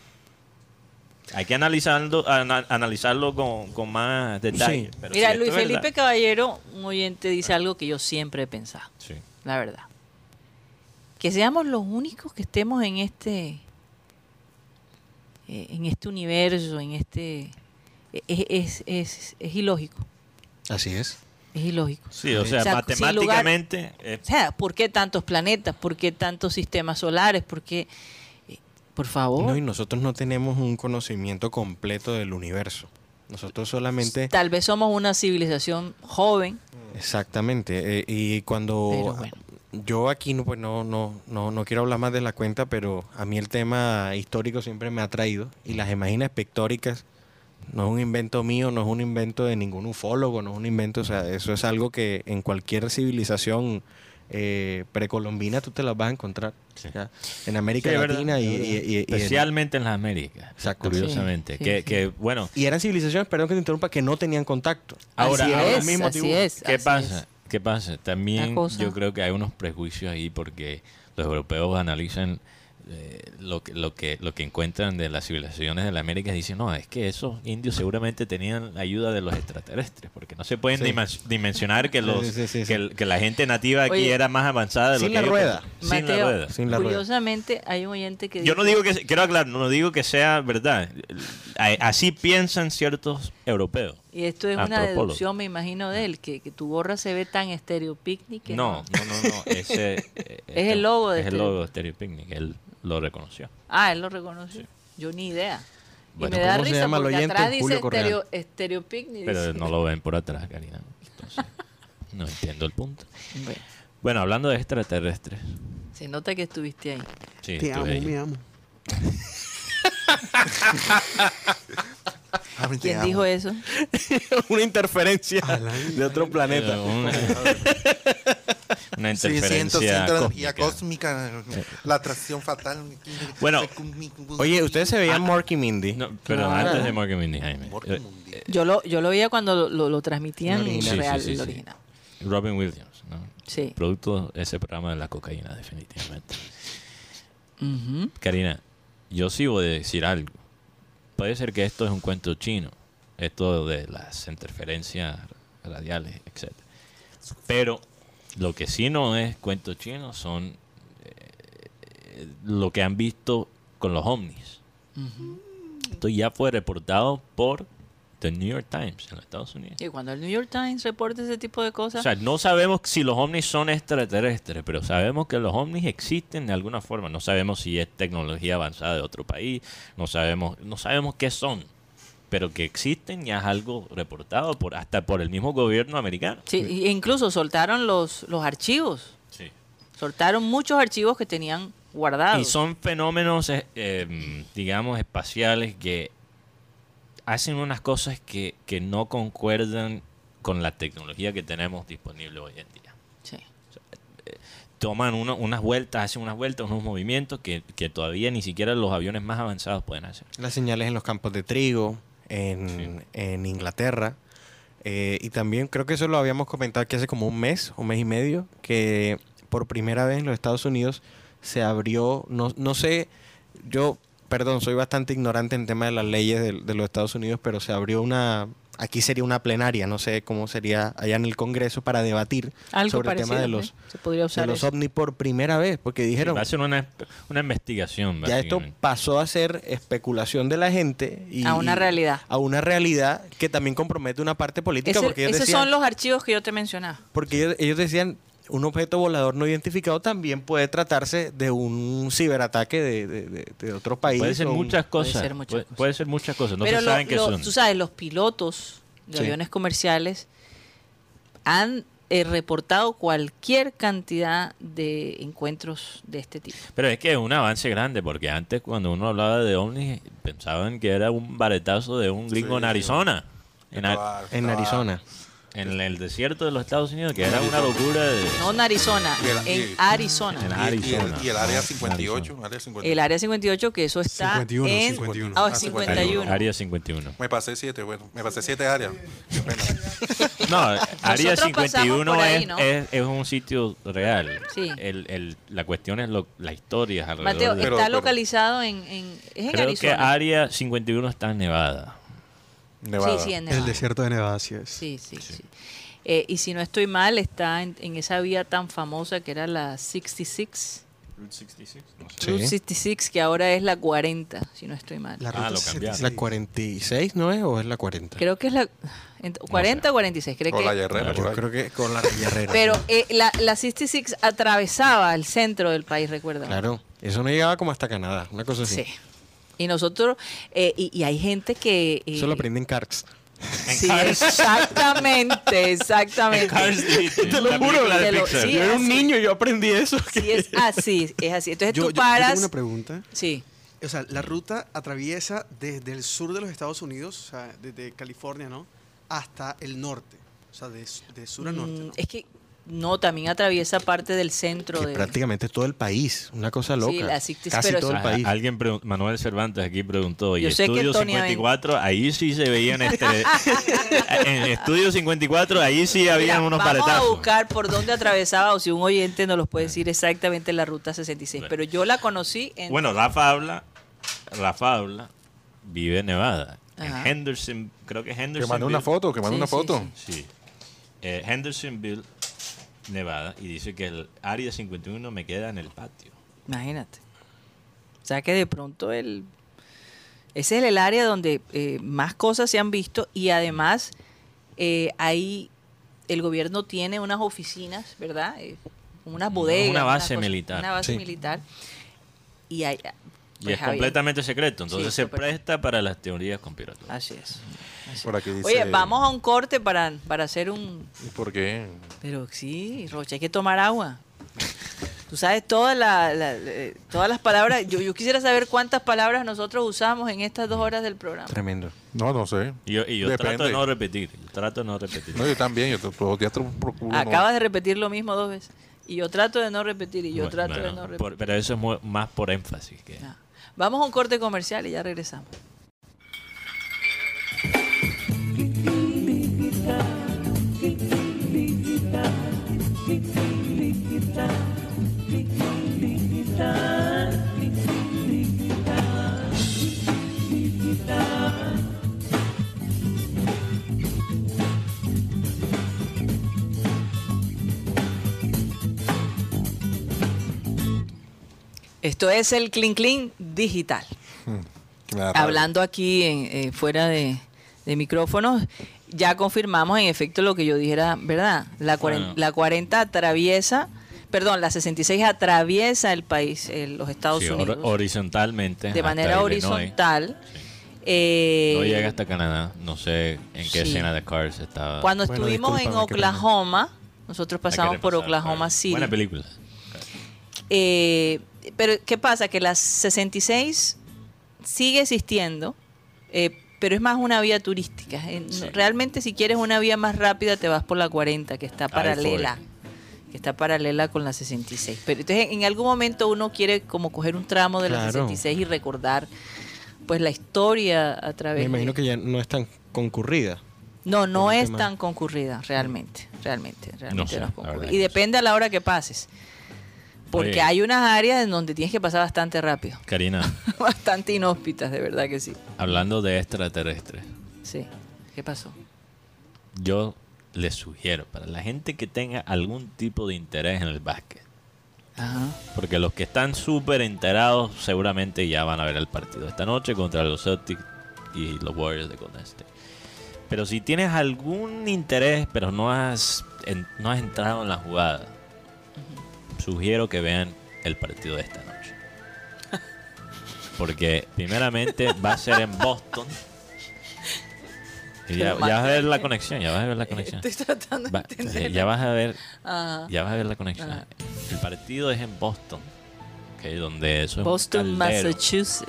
Speaker 3: hay que analizarlo, ana- analizarlo con, con más detalle.
Speaker 8: Sí.
Speaker 3: Pero si
Speaker 2: Mira,
Speaker 3: esto
Speaker 2: Luis
Speaker 3: es verdad- Ah.
Speaker 2: Felipe Caballero, un oyente, dice algo que yo siempre he pensado,
Speaker 3: Sí.
Speaker 2: la verdad. Que seamos los únicos que estemos en este, eh, en este universo, en este... e- Es, es, es, es ilógico,
Speaker 8: Así es.
Speaker 2: es ilógico.
Speaker 3: Sí, o sea,
Speaker 2: O sea, sin lugar-
Speaker 3: matemáticamente... eh,
Speaker 2: O sea, ¿por qué tantos planetas? ¿Por qué tantos sistemas solares? ¿Por qué...? eh, Por favor,
Speaker 8: No, y nosotros no tenemos un conocimiento completo del universo. Nosotros solamente.
Speaker 2: tal vez somos una civilización joven,
Speaker 8: Exactamente. eh, y cuando.
Speaker 2: pero bueno.
Speaker 8: Yo aquí no, pues no, no, no, no quiero hablar más de la cuenta, pero a mí el tema histórico siempre me ha traído. Y las imágenes pictóricas no es un invento mío, no es un invento de ningún ufólogo, no es un invento. O sea, eso es algo que en cualquier civilización eh, precolombina tú te las vas a encontrar
Speaker 3: Sí.
Speaker 8: ¿ya? en América
Speaker 3: Sí, es verdad,
Speaker 8: Latina y,
Speaker 3: es verdad.
Speaker 8: y- y- y en-
Speaker 3: especialmente en, las Américas,
Speaker 8: Exacto.
Speaker 3: curiosamente.
Speaker 2: Sí,
Speaker 3: que,
Speaker 2: sí,
Speaker 3: que, bueno,
Speaker 8: y eran civilizaciones, perdón que te interrumpa, que no tenían contacto.
Speaker 3: ahora,
Speaker 2: así
Speaker 3: ahora
Speaker 2: es,
Speaker 3: mismo,
Speaker 2: así
Speaker 3: Tibú,
Speaker 2: es,
Speaker 3: ¿qué
Speaker 2: así
Speaker 3: pasa?
Speaker 2: es.
Speaker 3: ¿Qué pasa? También
Speaker 2: Una cosa-
Speaker 3: yo creo que hay unos prejuicios ahí porque los europeos analizan eh, lo, que, lo, que, lo que encuentran de las civilizaciones de la América y dicen, no, es que esos indios seguramente tenían la ayuda de los extraterrestres, porque no se pueden
Speaker 8: Sí.
Speaker 3: dimen- dimensionar que,
Speaker 8: Sí,
Speaker 3: los,
Speaker 8: sí, sí, sí, sí.
Speaker 3: que, el- que la gente nativa aquí
Speaker 2: Oye,
Speaker 3: era más avanzada de lo
Speaker 8: sin
Speaker 3: que
Speaker 8: la
Speaker 3: ellos
Speaker 8: rueda.
Speaker 3: pensaban. Sin la
Speaker 2: Mateo,
Speaker 3: rueda.
Speaker 8: Sin la rueda.
Speaker 2: curiosamente hay un oyente que
Speaker 3: Yo
Speaker 2: dice
Speaker 3: no digo que, quiero aclarar, no digo que sea verdad. A- Así piensan ciertos europeos.
Speaker 2: y esto es una
Speaker 3: Antropólogo.
Speaker 2: deducción, me imagino, de él, que, que tu gorra se ve tan Stereo Picnic. que
Speaker 3: No, no, no, no. Ese, eh,
Speaker 2: Es el logo de este
Speaker 3: Es el
Speaker 2: Stereo.
Speaker 3: logo de Stereo Picnic. Él lo reconoció.
Speaker 2: Ah, él lo reconoció. Yo ni idea. Y
Speaker 3: Bueno,
Speaker 2: me da
Speaker 8: ¿cómo se
Speaker 2: risa
Speaker 8: llama el
Speaker 2: porque
Speaker 8: oyente?
Speaker 2: atrás dice
Speaker 8: Julio Correa.
Speaker 2: Stereo, Stereo Picnic.
Speaker 3: Pero
Speaker 2: dice.
Speaker 3: no lo ven por atrás, Karina. Entonces, no entiendo el punto.
Speaker 2: Bueno,
Speaker 3: Bueno, hablando de extraterrestres.
Speaker 2: se nota que estuviste ahí.
Speaker 3: Sí,
Speaker 4: Te
Speaker 3: estuve
Speaker 4: amo,
Speaker 3: ahí.
Speaker 4: me amo.
Speaker 6: Ah, me
Speaker 2: ¿Quién
Speaker 6: amo.
Speaker 2: dijo eso?
Speaker 8: Una interferencia de otro
Speaker 3: Era
Speaker 8: planeta.
Speaker 3: Una, una
Speaker 6: Sí,
Speaker 3: interferencia
Speaker 6: siento, siento la energía
Speaker 3: cósmica.
Speaker 6: cósmica, la atracción fatal.
Speaker 3: Bueno,
Speaker 8: Oye, ustedes se veían Morky Mindy.
Speaker 3: Ah. No, pero antes de Morgan Mindy, Jaime.
Speaker 6: Morgan
Speaker 3: Eh,
Speaker 6: Mundi.
Speaker 2: Yo lo, yo lo veía cuando lo, lo- lo transmitían
Speaker 8: El
Speaker 2: en
Speaker 8: original.
Speaker 2: real,
Speaker 3: Sí, sí, sí,
Speaker 2: el
Speaker 3: sí.
Speaker 2: original.
Speaker 3: Robin Williams, ¿no?
Speaker 2: Sí.
Speaker 3: Producto de ese programa de la cocaína, definitivamente.
Speaker 2: Ujú.
Speaker 3: Karina, yo sí voy a decir algo. Puede ser que esto es un cuento chino, esto de las interferencias radiales, etc. Pero lo que sí no es cuento chino son eh, lo que han visto con los ovnis. Esto ya fue reportado por The New York Times en los Estados Unidos.
Speaker 2: Y cuando el New York Times reporta ese tipo de
Speaker 3: O
Speaker 2: cosas,
Speaker 3: sea, no sabemos si los ovnis son extraterrestres, pero sabemos que los ovnis existen de alguna forma. No sabemos si es tecnología avanzada de otro país, no sabemos, no sabemos qué son, pero que existen ya es algo reportado por hasta por el mismo gobierno americano.
Speaker 2: sí, y- e incluso soltaron los, los archivos.
Speaker 3: Sí.
Speaker 2: Soltaron muchos archivos que tenían guardados.
Speaker 3: Y son fenómenos, eh, eh, digamos, espaciales que hacen unas cosas que, que no concuerdan con la tecnología que tenemos disponible hoy en día.
Speaker 2: Sí.
Speaker 3: toman uno- unas vueltas, hacen unas vueltas, unos movimientos que, que todavía ni siquiera los aviones más avanzados pueden hacer.
Speaker 8: Las señales en los campos de trigo, en, en Inglaterra. eh, y también creo que eso lo habíamos comentado que hace como un mes, un mes y medio, que por primera vez en los Estados Unidos se abrió, no, no sé, yo, perdón, soy bastante ignorante en tema de las leyes de, de los Estados Unidos, pero se abrió una, aquí sería una plenaria, no sé cómo sería allá en el Congreso para debatir
Speaker 2: Algo
Speaker 8: sobre el
Speaker 2: parecido.
Speaker 8: tema de
Speaker 2: ¿no?
Speaker 8: los,
Speaker 2: Se podría
Speaker 8: de
Speaker 2: usar
Speaker 8: los
Speaker 2: eso.
Speaker 8: ovnis por primera vez, porque dijeron,
Speaker 3: Va a ser una, una investigación.
Speaker 8: ya esto
Speaker 3: básicamente.
Speaker 8: pasó a ser especulación de la gente y
Speaker 2: A una realidad.
Speaker 8: a una realidad que también compromete una parte política
Speaker 2: Ese-
Speaker 8: porque ellos
Speaker 2: esos
Speaker 8: decían
Speaker 2: son los archivos que yo te mencionaba.
Speaker 8: porque ellos, ellos decían un objeto volador no identificado también puede tratarse de un ciberataque de, de- de- de otro país.
Speaker 3: Puede ser
Speaker 8: o un-
Speaker 3: muchas
Speaker 2: puede
Speaker 3: cosas.
Speaker 2: ser muchas
Speaker 3: puede,
Speaker 2: cosas.
Speaker 3: puede ser muchas cosas. No
Speaker 2: Pero
Speaker 3: se
Speaker 2: lo-
Speaker 3: saben qué
Speaker 2: lo-
Speaker 3: son.
Speaker 2: tú sabes, los pilotos de
Speaker 8: Sí.
Speaker 2: aviones comerciales han eh, reportado cualquier cantidad de encuentros de este tipo.
Speaker 3: Pero es que es un avance grande, porque antes cuando uno hablaba de ovnis, pensaban que era un baretazo de un gringo en
Speaker 6: Sí.
Speaker 3: Arizona. En, Ar-
Speaker 6: Estaba-
Speaker 8: en
Speaker 6: Ah, estaba-
Speaker 8: Arizona.
Speaker 3: en el desierto de los Estados Unidos, que era una locura de...
Speaker 2: No en Arizona,
Speaker 6: Y el-
Speaker 2: en
Speaker 6: y-
Speaker 3: En
Speaker 2: Arizona.
Speaker 3: la-
Speaker 6: Y, y el,
Speaker 3: Arizona.
Speaker 6: y el área
Speaker 3: Ah,
Speaker 6: 58,
Speaker 3: Arizona.
Speaker 6: un área 58.
Speaker 2: El área 58, que eso está
Speaker 4: 51,
Speaker 2: en...
Speaker 4: 51.
Speaker 2: Ah,
Speaker 6: Ah,
Speaker 2: 51.
Speaker 3: Área 51.
Speaker 6: Me pasé 7, bueno, me pasé 7 áreas. Qué pena.
Speaker 3: No, Área
Speaker 2: pasamos por
Speaker 3: 51
Speaker 2: ahí,
Speaker 3: es,
Speaker 2: ¿no?
Speaker 3: es, es un sitio real.
Speaker 2: Sí.
Speaker 3: El, el- la cuestión es lo, la historia alrededor
Speaker 2: Mateo,
Speaker 3: de-
Speaker 2: está
Speaker 6: Pero- pero-
Speaker 2: localizado en... en- es en
Speaker 3: Creo que
Speaker 2: Arizona.
Speaker 3: Área 51 está en Nevada.
Speaker 6: Nevada.
Speaker 2: Sí, sí, en Nevada.
Speaker 4: El desierto de Nevada, así es.
Speaker 2: Sí, sí, sí. Eh, y si no estoy mal, está en, en esa vía tan famosa que era la 66, Route 66, que ahora es la 40, si no estoy mal.
Speaker 4: La
Speaker 3: Ah,
Speaker 4: ruta
Speaker 3: lo
Speaker 4: 66.
Speaker 8: ¿La 46 no es o es la 40?
Speaker 2: Creo que es la ent- 40 o 46, creo
Speaker 6: O la
Speaker 2: que.
Speaker 6: Herrera, por
Speaker 8: Yo
Speaker 6: ahí.
Speaker 8: creo que con la Raya Herrera.
Speaker 2: Pero eh, la, la 66 atravesaba el centro del país, recuerda.
Speaker 8: Claro, eso no llegaba como hasta Canadá, una cosa así.
Speaker 2: Sí. Y nosotros, eh, y, y hay gente que... eh,
Speaker 8: Eso lo aprenden en Carts.
Speaker 2: Sí, exactamente, exactamente.
Speaker 3: Te lo
Speaker 2: juro, la de Te lo- Pixar. sí.
Speaker 8: Yo era un
Speaker 2: así.
Speaker 8: niño y yo aprendí eso.
Speaker 2: Sí, es así, es así. Entonces
Speaker 9: Yo, yo-
Speaker 2: tú
Speaker 9: yo tengo
Speaker 2: paras...
Speaker 9: una pregunta.
Speaker 2: sí.
Speaker 9: O sea, la ruta atraviesa desde el sur de los Estados Unidos, o sea, desde California, ¿no? Hasta el norte. O sea, de, de sur a norte,
Speaker 2: Mm,
Speaker 9: ¿no?
Speaker 2: Es que No, también atraviesa parte del centro
Speaker 8: Que
Speaker 2: de.
Speaker 8: prácticamente todo el país. Una cosa loca.
Speaker 2: la Sixties,
Speaker 8: Casi
Speaker 2: pero
Speaker 8: todo el
Speaker 2: eso-
Speaker 8: país.
Speaker 3: Ajá, Ah, Alguien pregun- Manuel Cervantes aquí preguntó, y
Speaker 2: Yo sé que
Speaker 3: Estudio
Speaker 2: Tony Aven-
Speaker 3: 54, ahí sí se veían este, en Estudio 54, ahí sí habían
Speaker 2: Mira,
Speaker 3: unos
Speaker 2: Vamos a
Speaker 3: paletazos.
Speaker 2: buscar por dónde atravesaba o si un oyente nos los puede decir exactamente la ruta 66. Pero yo la conocí en.
Speaker 3: Bueno, Rafa habla, Rafa habla, vive en Nevada, en
Speaker 2: Ajá.
Speaker 3: Henderson, creo que
Speaker 6: Que
Speaker 3: Henderson.
Speaker 6: mandó una foto, que mandó
Speaker 2: Sí,
Speaker 6: una
Speaker 2: sí,
Speaker 6: foto.
Speaker 2: sí.
Speaker 3: Sí. Eh, Hendersonville, Nevada, y dice que el área 51 me queda en el patio.
Speaker 2: Imagínate. O sea que de pronto el. Ese es el área donde eh, más cosas se han visto y además eh, ahí el gobierno tiene unas oficinas, ¿verdad? Eh, unas bodegas.
Speaker 3: una base
Speaker 2: unas cosas-
Speaker 3: militar.
Speaker 2: Una base
Speaker 6: Sí.
Speaker 2: militar. Y hay.
Speaker 3: Y
Speaker 2: pues,
Speaker 3: es
Speaker 2: Javier,
Speaker 3: completamente secreto, entonces
Speaker 2: Sí,
Speaker 3: se
Speaker 2: súper.
Speaker 3: presta para las teorías conspiratorias.
Speaker 2: Así es. así
Speaker 6: Por aquí dice,
Speaker 2: Oye, vamos a un corte para, para hacer un...
Speaker 6: ¿Por qué?
Speaker 2: Pero sí, Rocha, hay que tomar agua. Tú sabes todas la- la- eh, todas las palabras. Yo, yo quisiera saber cuántas palabras nosotros usamos en estas dos horas del programa.
Speaker 8: Tremendo.
Speaker 6: No, no sé.
Speaker 3: Y yo, y yo trato
Speaker 6: Depende.
Speaker 3: de no repetir, yo trato de no repetir.
Speaker 6: No, yo también, yo todos los días te procuro.
Speaker 2: Acabas de repetir lo mismo dos veces. Y yo trato de no repetir, y yo
Speaker 3: Bueno,
Speaker 2: trato de
Speaker 3: bueno,
Speaker 2: no Ah, repetir.
Speaker 3: por- pero eso es mu- más por énfasis. Que...
Speaker 2: Ya. Vamos a un corte comercial y ya regresamos. Esto es el Clean Clean Digital.
Speaker 6: Que me da rabia.
Speaker 2: Hablando aquí en, eh, fuera de, de micrófonos, ya confirmamos en efecto lo que yo dijera, ¿verdad? La, cuaren-
Speaker 3: Bueno.
Speaker 2: la 40 atraviesa, perdón, la 66 atraviesa el país, eh, los Estados
Speaker 3: Sí, hor-
Speaker 2: Unidos,
Speaker 3: horizontalmente.
Speaker 2: de
Speaker 3: hasta
Speaker 2: manera
Speaker 3: Illinois.
Speaker 2: horizontal.
Speaker 3: No
Speaker 2: Eh,
Speaker 3: llega hasta Canadá, no sé en qué
Speaker 2: sí.
Speaker 3: escena de Cars estaba.
Speaker 2: cuando
Speaker 8: Bueno,
Speaker 2: estuvimos en
Speaker 8: discúlpame, qué pena.
Speaker 2: Oklahoma, nosotros
Speaker 3: Hay que
Speaker 2: pasamos por
Speaker 3: repasar,
Speaker 2: Oklahoma
Speaker 3: Cars.
Speaker 2: City.
Speaker 3: Buena película.
Speaker 2: Eh, pero, ¿qué pasa? Que la 66 sigue existiendo, eh, pero es más una vía turística. Eh, no- Realmente, si quieres una vía más rápida, te vas por la 40, que está paralela. Que está paralela con la 66. Pero entonces, en algún momento uno quiere como coger un tramo de la
Speaker 8: Claro.
Speaker 2: 66 y recordar pues la historia a eh. través
Speaker 8: Me imagino
Speaker 2: de-
Speaker 8: que ya no es tan concurrida.
Speaker 2: no, no
Speaker 8: el
Speaker 2: es
Speaker 8: tema.
Speaker 2: tan concurrida, realmente, realmente, realmente
Speaker 3: sé,
Speaker 2: no es
Speaker 3: la verdad
Speaker 2: concurrida.
Speaker 3: que
Speaker 2: Y
Speaker 3: no
Speaker 2: depende a la hora que pases. Porque
Speaker 3: Oye.
Speaker 2: hay unas áreas en donde tienes que pasar bastante rápido.
Speaker 3: Karina,
Speaker 2: bastante inhóspitas, de verdad que sí.
Speaker 3: hablando de extraterrestres,
Speaker 2: Sí. ¿Qué pasó?
Speaker 3: yo les sugiero para la gente que tenga algún tipo de interés en el básquet,
Speaker 2: Ajá.
Speaker 3: porque los que están súper enterados seguramente ya van a ver el partido esta noche contra los Celtics y los Warriors de Golden State. Pero si tienes algún interés, pero no has, en- no has entrado en la jugada, sugiero que vean el partido de esta noche. Porque primeramente va a ser en Boston. Y ya,
Speaker 2: Pero,
Speaker 3: ya vas a ver la
Speaker 2: Marta,
Speaker 3: conexión, ya vas a ver la conexión.
Speaker 2: Eh, Estoy tratando de
Speaker 3: Va-
Speaker 2: entender.
Speaker 3: ya vas a ver
Speaker 2: Ajá.
Speaker 3: ya vas a ver la conexión.
Speaker 2: Ajá.
Speaker 3: El partido es en Boston, ok, donde eso es un
Speaker 2: Boston,
Speaker 3: caldero.
Speaker 2: Massachusetts.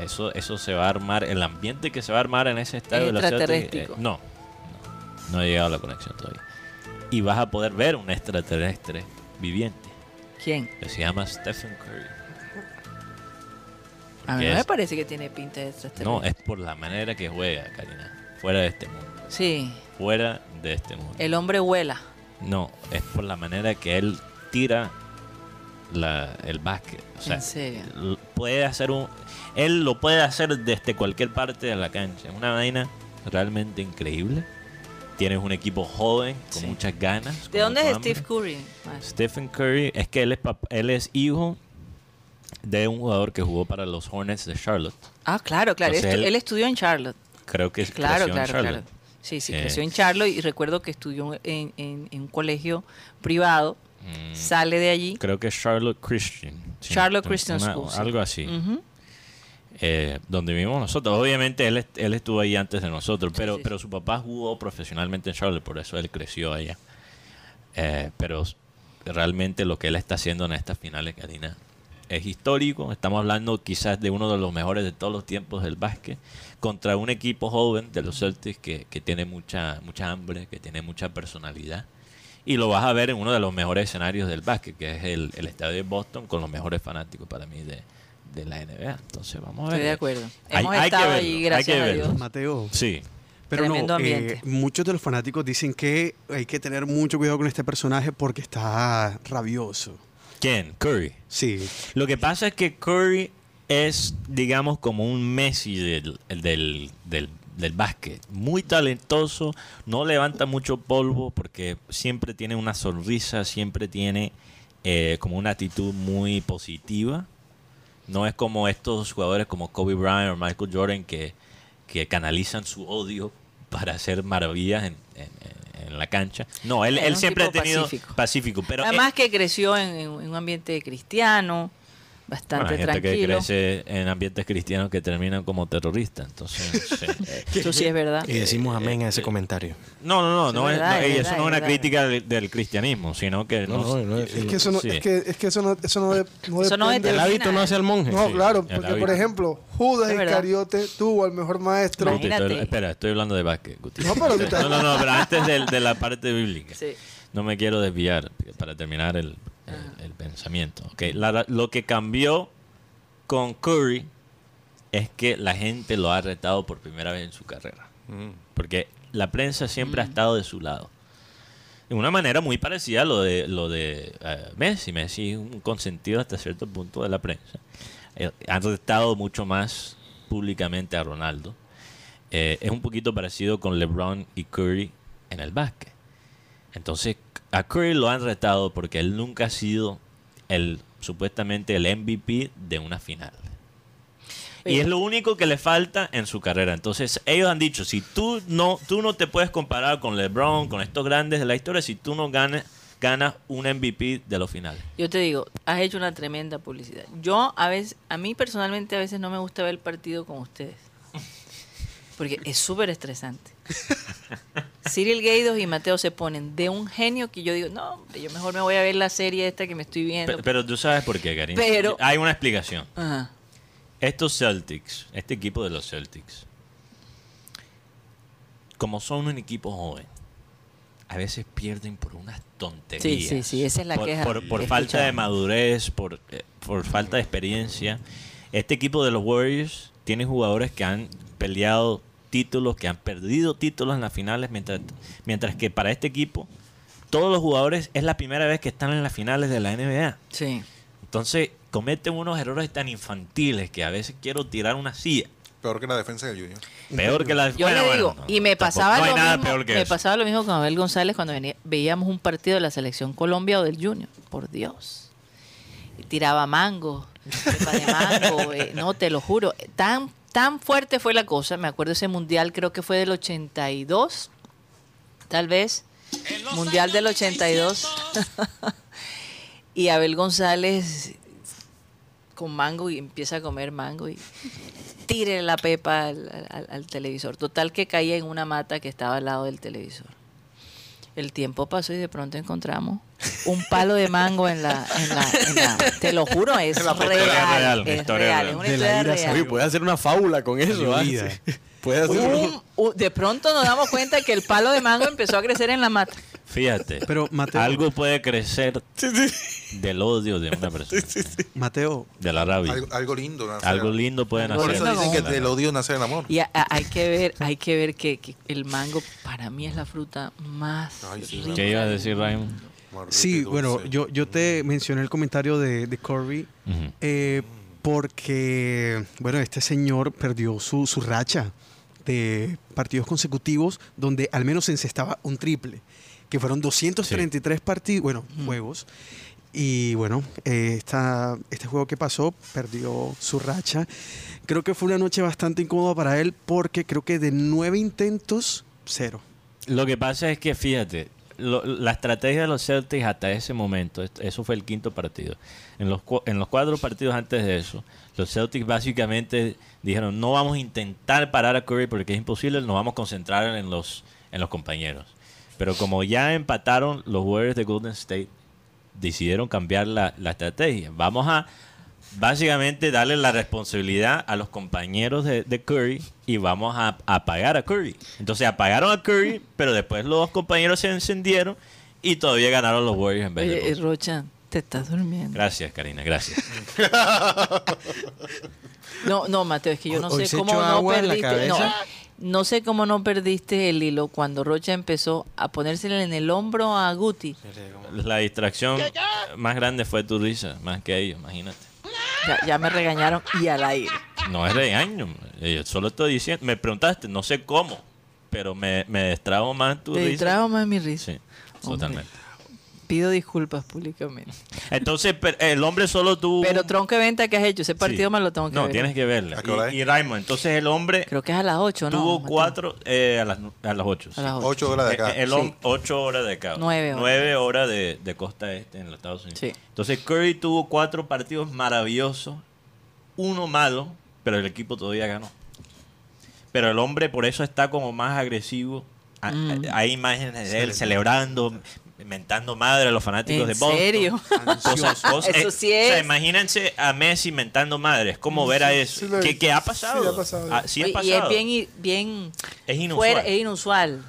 Speaker 3: Eso, eso se va a armar, el ambiente que se va a armar en ese estadio de los Celtics, eh,
Speaker 2: Extraterréstrico.
Speaker 3: no, no, no he llegado a la conexión todavía. Y vas a poder ver un extraterrestre viviente
Speaker 2: ¿Quién?
Speaker 3: que se llama Stephen Curry.
Speaker 2: A mí
Speaker 3: ¿Qué
Speaker 2: no me
Speaker 3: es?
Speaker 2: parece que tiene pinta de extraterrestre.
Speaker 3: No, es por la manera que juega, Karina. Fuera de este mundo.
Speaker 2: Sí,
Speaker 3: Fuera de este mundo.
Speaker 2: el hombre vuela.
Speaker 3: No, es por la manera que él tira la- el básquet. O sea,
Speaker 2: en serio.
Speaker 3: l- puede hacer un. Él lo puede hacer desde cualquier parte de la cancha. Es una vaina realmente increíble. Tienes un equipo joven, con
Speaker 2: Sí.
Speaker 3: muchas ganas.
Speaker 2: ¿De
Speaker 3: con
Speaker 2: dónde
Speaker 3: mucho
Speaker 2: es
Speaker 3: hambre.
Speaker 2: Steve Curry? Mar?
Speaker 3: Stephen Curry es que él es, pap- él es hijo de un jugador que jugó para los Hornets de Charlotte.
Speaker 2: Ah, claro, claro.
Speaker 3: Entonces
Speaker 2: estu-
Speaker 3: él-
Speaker 2: él estudió en Charlotte.
Speaker 3: Creo que es
Speaker 2: Claro,
Speaker 3: creció en
Speaker 2: claro, claro.
Speaker 3: Charlotte.
Speaker 2: Sí, sí,
Speaker 3: Eh.
Speaker 2: creció en Charlo y recuerdo que estudió en, en- en un colegio privado,
Speaker 3: Mm,
Speaker 2: sale de allí.
Speaker 3: creo que es Charlotte Christian. sí.
Speaker 2: Charlotte Christian
Speaker 3: Una-
Speaker 2: School, sí.
Speaker 3: Algo así.
Speaker 2: Ujú.
Speaker 3: eh, donde vivimos nosotros. Obviamente él, est- él estuvo ahí antes de nosotros, pero,
Speaker 2: sí,
Speaker 3: pero su papá jugó profesionalmente en Charlotte, por eso él creció allá. Eh, pero s- realmente lo que él está haciendo en estas finales, Karina, es histórico. Estamos hablando quizás de uno de los mejores de todos los tiempos del básquet, contra un equipo joven de los Celtics que, que tiene mucha, mucha hambre, que tiene mucha personalidad y lo vas a ver en uno de los mejores escenarios del básquet, que es el, el estadio de Boston con los mejores fanáticos para mí de, de la NBA. Entonces vamos a ver.
Speaker 2: Estoy de acuerdo.
Speaker 3: Hay-
Speaker 2: Hemos
Speaker 3: hay que
Speaker 2: estado
Speaker 3: verlo,
Speaker 2: allí,
Speaker 3: hay
Speaker 2: gracias
Speaker 3: que
Speaker 2: a
Speaker 3: verlo.
Speaker 2: Dios.
Speaker 4: Mateo.
Speaker 3: Sí.
Speaker 4: Pero
Speaker 2: Tremendo
Speaker 4: no, eh,
Speaker 2: ambiente.
Speaker 4: muchos de los fanáticos dicen que hay que tener mucho cuidado con este personaje porque está rabioso.
Speaker 3: ¿Quién? Curry.
Speaker 4: Sí.
Speaker 3: Lo que pasa es que Curry es, digamos, como un Messi del, del, del, del básquet. Muy talentoso, no levanta mucho polvo porque siempre tiene una sonrisa, siempre tiene eh, como una actitud muy positiva. No es como estos jugadores como Kobe Bryant o Michael Jordan que, que canalizan su odio para hacer maravillas en, en- en- en la cancha. No, él,
Speaker 2: Era
Speaker 3: él
Speaker 2: un
Speaker 3: siempre ha
Speaker 2: tipo
Speaker 3: tenido
Speaker 2: pacífico.
Speaker 3: pacífico. pero eh,
Speaker 2: Además que creció en, en un ambiente cristiano,
Speaker 3: Bueno,
Speaker 2: bastante
Speaker 3: hay gente que
Speaker 2: tranquilo.
Speaker 3: crece en ambientes cristianos que terminan como terroristas, entonces... sí.
Speaker 2: Eso sí es verdad.
Speaker 3: Eh,
Speaker 8: Y decimos amén a ese comentario.
Speaker 3: No, no, no,
Speaker 2: Es
Speaker 3: no es-
Speaker 2: verdad,
Speaker 3: no,
Speaker 2: es
Speaker 3: y
Speaker 2: verdad,
Speaker 3: eso no es
Speaker 2: es
Speaker 3: una
Speaker 2: verdad.
Speaker 3: crítica del, del cristianismo, sino que...
Speaker 8: eh, No,
Speaker 3: No,
Speaker 8: no, no, es
Speaker 5: Es que eso no,
Speaker 3: sí.
Speaker 5: es que, es que eso no, eso no, de- no
Speaker 2: Eso no
Speaker 5: depende-
Speaker 8: El hábito no hace al monje.
Speaker 5: No,
Speaker 3: Sí,
Speaker 5: claro,
Speaker 3: el
Speaker 5: porque
Speaker 3: hábito.
Speaker 5: por ejemplo, Judas
Speaker 2: Es verdad.
Speaker 5: Iscariote tuvo al mejor maestro.
Speaker 3: Guti, estoy-
Speaker 2: Imagínate.
Speaker 3: espera, estoy hablando de básquet, Guti.
Speaker 5: No, pero ahorita-
Speaker 3: No, no, no, pero antes del- de, la parte bíblica.
Speaker 2: Sí.
Speaker 3: No me quiero desviar eh, para terminar el, el- el pensamiento. Okay, la- lo que cambió con Curry es que la gente lo ha retado por primera vez en su carrera. Porque la prensa siempre ha estado de su lado. De una manera muy parecida a lo de, lo de eh, Messi. Messi es un consentido hasta cierto punto de la prensa. Eh, han retado mucho más públicamente a Ronaldo. Eh, es un poquito parecido con LeBron y Curry en el básquet. Entonces, a Curry lo han retado porque él nunca ha sido el supuestamente el MVP de una final. Y es lo único que le falta en su carrera. Entonces, ellos han dicho, si tú no, tú no te puedes comparar con LeBron, con estos grandes de la historia, si tú no ganas, ganas un MVP de los finales.
Speaker 2: Yo te digo, has hecho una tremenda publicidad. Yo a veces, a mí personalmente a veces no me gusta ver el partido con ustedes. Porque es súper estresante. Cyril Gaidos y Mateo se ponen de un genio que yo digo, no, hombre, yo mejor me voy a ver la serie esta que me estoy viendo.
Speaker 3: Pero, pero tú sabes por qué, Karim.
Speaker 2: Pero-
Speaker 3: Hay una explicación.
Speaker 2: Ajá.
Speaker 3: Estos Celtics, este equipo de los Celtics, como son un equipo joven, a veces pierden por unas tonterías.
Speaker 2: Sí, sí, sí, esa es la
Speaker 3: por,
Speaker 2: queja
Speaker 3: Por, por
Speaker 2: que he
Speaker 3: falta de
Speaker 2: escuchado.
Speaker 3: madurez, por, eh, por falta de experiencia. Este equipo de los Warriors tiene jugadores que han peleado títulos, que han perdido títulos en las finales, mientras, mientras que para este equipo, todos los jugadores es la primera vez que están en las finales de la NBA.
Speaker 2: Sí.
Speaker 3: Entonces cometen unos errores tan infantiles que a veces quiero tirar una silla.
Speaker 6: Peor que la defensa del Junior.
Speaker 3: Peor que la
Speaker 2: Yo
Speaker 3: bueno,
Speaker 2: le
Speaker 3: bueno,
Speaker 2: digo,
Speaker 3: no,
Speaker 2: y me
Speaker 3: tampoco-
Speaker 2: pasaba
Speaker 3: no hay
Speaker 2: lo
Speaker 3: nada
Speaker 2: mismo,
Speaker 3: peor que
Speaker 2: me
Speaker 3: eso.
Speaker 2: pasaba lo mismo con Abel González cuando venía- veíamos un partido de la selección Colombia o del Junior, por Dios. Y tiraba mango, pepa de mango, eh, no te lo juro, Eh, tan tan fuerte fue la cosa, me acuerdo ese mundial creo que fue del 82, tal vez. Mundial del 82. y Abel González con mango y empieza a comer mango y tire la pepa al, al- al televisor. Total que caía en una mata que estaba al lado del televisor. El tiempo pasó y de pronto encontramos un palo de mango en la... en la- en la- te lo juro, es
Speaker 6: En la
Speaker 2: real.
Speaker 6: foto de la
Speaker 3: real,
Speaker 2: es
Speaker 3: historia
Speaker 2: real,
Speaker 3: real.
Speaker 2: es una
Speaker 8: De la
Speaker 2: historia
Speaker 8: ira
Speaker 2: real.
Speaker 8: Oye, puede hacer una fábula con eso. ¿ah?
Speaker 4: vida.
Speaker 8: Sí. Puede hacer
Speaker 2: Un- u- de pronto nos damos cuenta que el palo de mango empezó a crecer en la mata.
Speaker 3: Fíjate,
Speaker 4: Pero, Mateo-
Speaker 3: algo puede crecer del odio de una persona,
Speaker 4: Mateo,
Speaker 3: de la rabia.
Speaker 6: Algo,
Speaker 3: Algo,
Speaker 6: algo lindo. nace-
Speaker 3: lindo pueden
Speaker 6: Por
Speaker 3: hacer.
Speaker 6: eso dicen que del odio nace el amor.
Speaker 2: Y a- a- hay que ver, hay que ver que, que el mango para mí es la fruta más
Speaker 6: Ay, sí,
Speaker 2: rica.
Speaker 3: ¿Qué ibas a decir, Raymond?
Speaker 6: Más rico y
Speaker 4: sí,
Speaker 6: dulce.
Speaker 4: bueno, yo, yo te mencioné el comentario de, de Corby
Speaker 3: Ujú.
Speaker 4: eh, porque, bueno, este señor perdió su, su racha de partidos consecutivos donde al menos se encestaba un triple, que fueron 233 partidos, bueno, juegos. Y bueno, eh, esta- este juego que pasó perdió su racha. Creo que fue una noche bastante incómoda para él porque creo que de nueve intentos, cero.
Speaker 3: Lo que pasa es que, fíjate, lo- la estrategia de los Celtics hasta ese momento, est- eso fue el quinto partido. En los, cua- en los cuatro partidos antes de eso, los Celtics básicamente dijeron, no vamos a intentar parar a Curry porque es imposible, nos vamos a concentrar en los, en los compañeros. Pero como ya empataron los Warriors de Golden State, decidieron cambiar la, la estrategia. Vamos a básicamente darle la responsabilidad a los compañeros de, de Curry y vamos a apagar a Curry. Entonces apagaron a Curry, pero después los dos compañeros se encendieron Y todavía ganaron los Warriors en vez de
Speaker 2: Oye, eh,
Speaker 3: Bulls.
Speaker 2: Rocha, te estás durmiendo.
Speaker 3: Gracias, Karina, gracias.
Speaker 2: No, no, Mateo, es que yo no
Speaker 8: Hoy
Speaker 2: sé
Speaker 8: se
Speaker 2: cómo
Speaker 8: echó
Speaker 2: no
Speaker 8: agua en la
Speaker 2: perdiste. No,
Speaker 8: cabeza.
Speaker 2: no sé cómo no perdiste el hilo cuando Rocha empezó a ponérsele en el hombro a Guti.
Speaker 3: La distracción más grande fue tu risa, más que ellos, imagínate.
Speaker 2: Ya, ya me regañaron y al aire.
Speaker 3: No es regaño, yo solo estoy diciendo, me preguntaste, no sé cómo, pero me, me distrajo más tu
Speaker 2: Te
Speaker 3: risa.
Speaker 2: distrajo más mi risa.
Speaker 3: Sí, totalmente.
Speaker 2: Pido disculpas públicamente.
Speaker 3: Entonces, per- el hombre solo tuvo...
Speaker 2: Pero
Speaker 3: un-
Speaker 2: tronco de venta que has hecho, ese partido
Speaker 3: Sí.
Speaker 2: me lo tengo que
Speaker 3: No,
Speaker 2: ver.
Speaker 3: tienes que
Speaker 6: ¿A qué hora
Speaker 3: verla.
Speaker 6: es?
Speaker 3: Y, y Raymond, entonces el hombre
Speaker 2: Creo que es a las 8, ¿no?
Speaker 3: tuvo
Speaker 2: Mateo?
Speaker 3: cuatro eh, a, las, nu- a las ocho.
Speaker 2: A las 8.
Speaker 6: Ocho horas de acá.
Speaker 3: Eh, El, hom- Ocho horas de acá.
Speaker 2: Nueve horas.
Speaker 3: horas de, de costa este en los Estados Unidos.
Speaker 2: Sí.
Speaker 3: Entonces Curry tuvo cuatro partidos maravillosos, uno malo, pero el equipo todavía ganó. Pero el hombre por eso está como más agresivo. A-
Speaker 2: Mm.
Speaker 3: a- Hay imágenes de él celebrando, mentando madre a los fanáticos
Speaker 2: ¿En
Speaker 3: de Boston.
Speaker 2: serio?
Speaker 3: Cosas- cosas-
Speaker 2: Eso
Speaker 3: eh,
Speaker 2: sí
Speaker 3: O sea,
Speaker 2: es.
Speaker 3: imagínense a Messi mentando madre. Es como ver a eso.
Speaker 5: sí lo he
Speaker 3: ¿Qué,
Speaker 5: visto.
Speaker 3: qué ha
Speaker 5: Sí,
Speaker 3: pasado?
Speaker 5: ha pasado.
Speaker 3: Ah, sí ha
Speaker 2: Oye, Y es
Speaker 3: pasado.
Speaker 2: bien, i- bien
Speaker 3: Es inusual.
Speaker 2: fuera- es inusual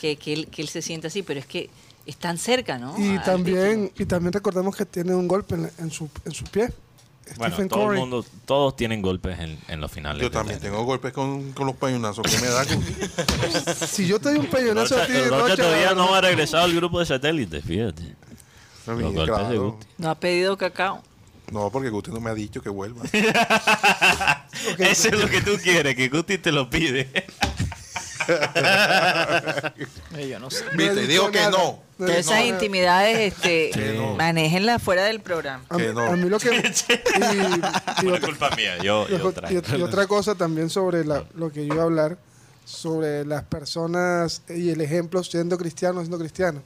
Speaker 2: que, que él, que él se sienta así, pero es que es tan cerca, ¿no?
Speaker 5: Y
Speaker 2: Al ritmo.
Speaker 5: también, y también recordemos que tiene un golpe en, la- en su, en su pie.
Speaker 3: Bueno,
Speaker 5: Stephen
Speaker 3: todo el
Speaker 5: Curry.
Speaker 3: mundo, todos tienen golpes en, en los finales.
Speaker 6: Yo
Speaker 3: de
Speaker 6: también
Speaker 3: la-
Speaker 6: tengo golpes con, con los pañonazos que me dan.
Speaker 5: Si yo te doy un peñonazo
Speaker 3: Rocha,
Speaker 5: a ti,
Speaker 3: Rocha
Speaker 5: Rocha,
Speaker 3: todavía no ha regresado al grupo de satélite, fíjate.
Speaker 6: No,
Speaker 3: Los
Speaker 6: mira,
Speaker 3: golpes de
Speaker 6: claro.
Speaker 3: Guti.
Speaker 2: No ha pedido cacao.
Speaker 6: No, porque Guti no me ha dicho que vuelva.
Speaker 3: Eso es lo que tú quieres, que Guti te lo pide.
Speaker 2: yo no sé.
Speaker 5: he
Speaker 6: Viste,
Speaker 5: dicho
Speaker 6: digo que
Speaker 5: nada.
Speaker 6: no.
Speaker 5: No
Speaker 2: Pero
Speaker 5: he dicho
Speaker 2: esas
Speaker 5: nada.
Speaker 2: intimidades, este,
Speaker 6: no.
Speaker 2: manéjenlas fuera del programa.
Speaker 5: A mí,
Speaker 6: que no.
Speaker 5: a mí lo que. y- y
Speaker 3: Por
Speaker 5: otra-
Speaker 3: culpa mía, yo, yo
Speaker 5: y,
Speaker 3: traigo.
Speaker 5: ot- y otra cosa también sobre la- lo que yo iba a hablar, sobre las personas y el ejemplo siendo cristiano o siendo cristiano.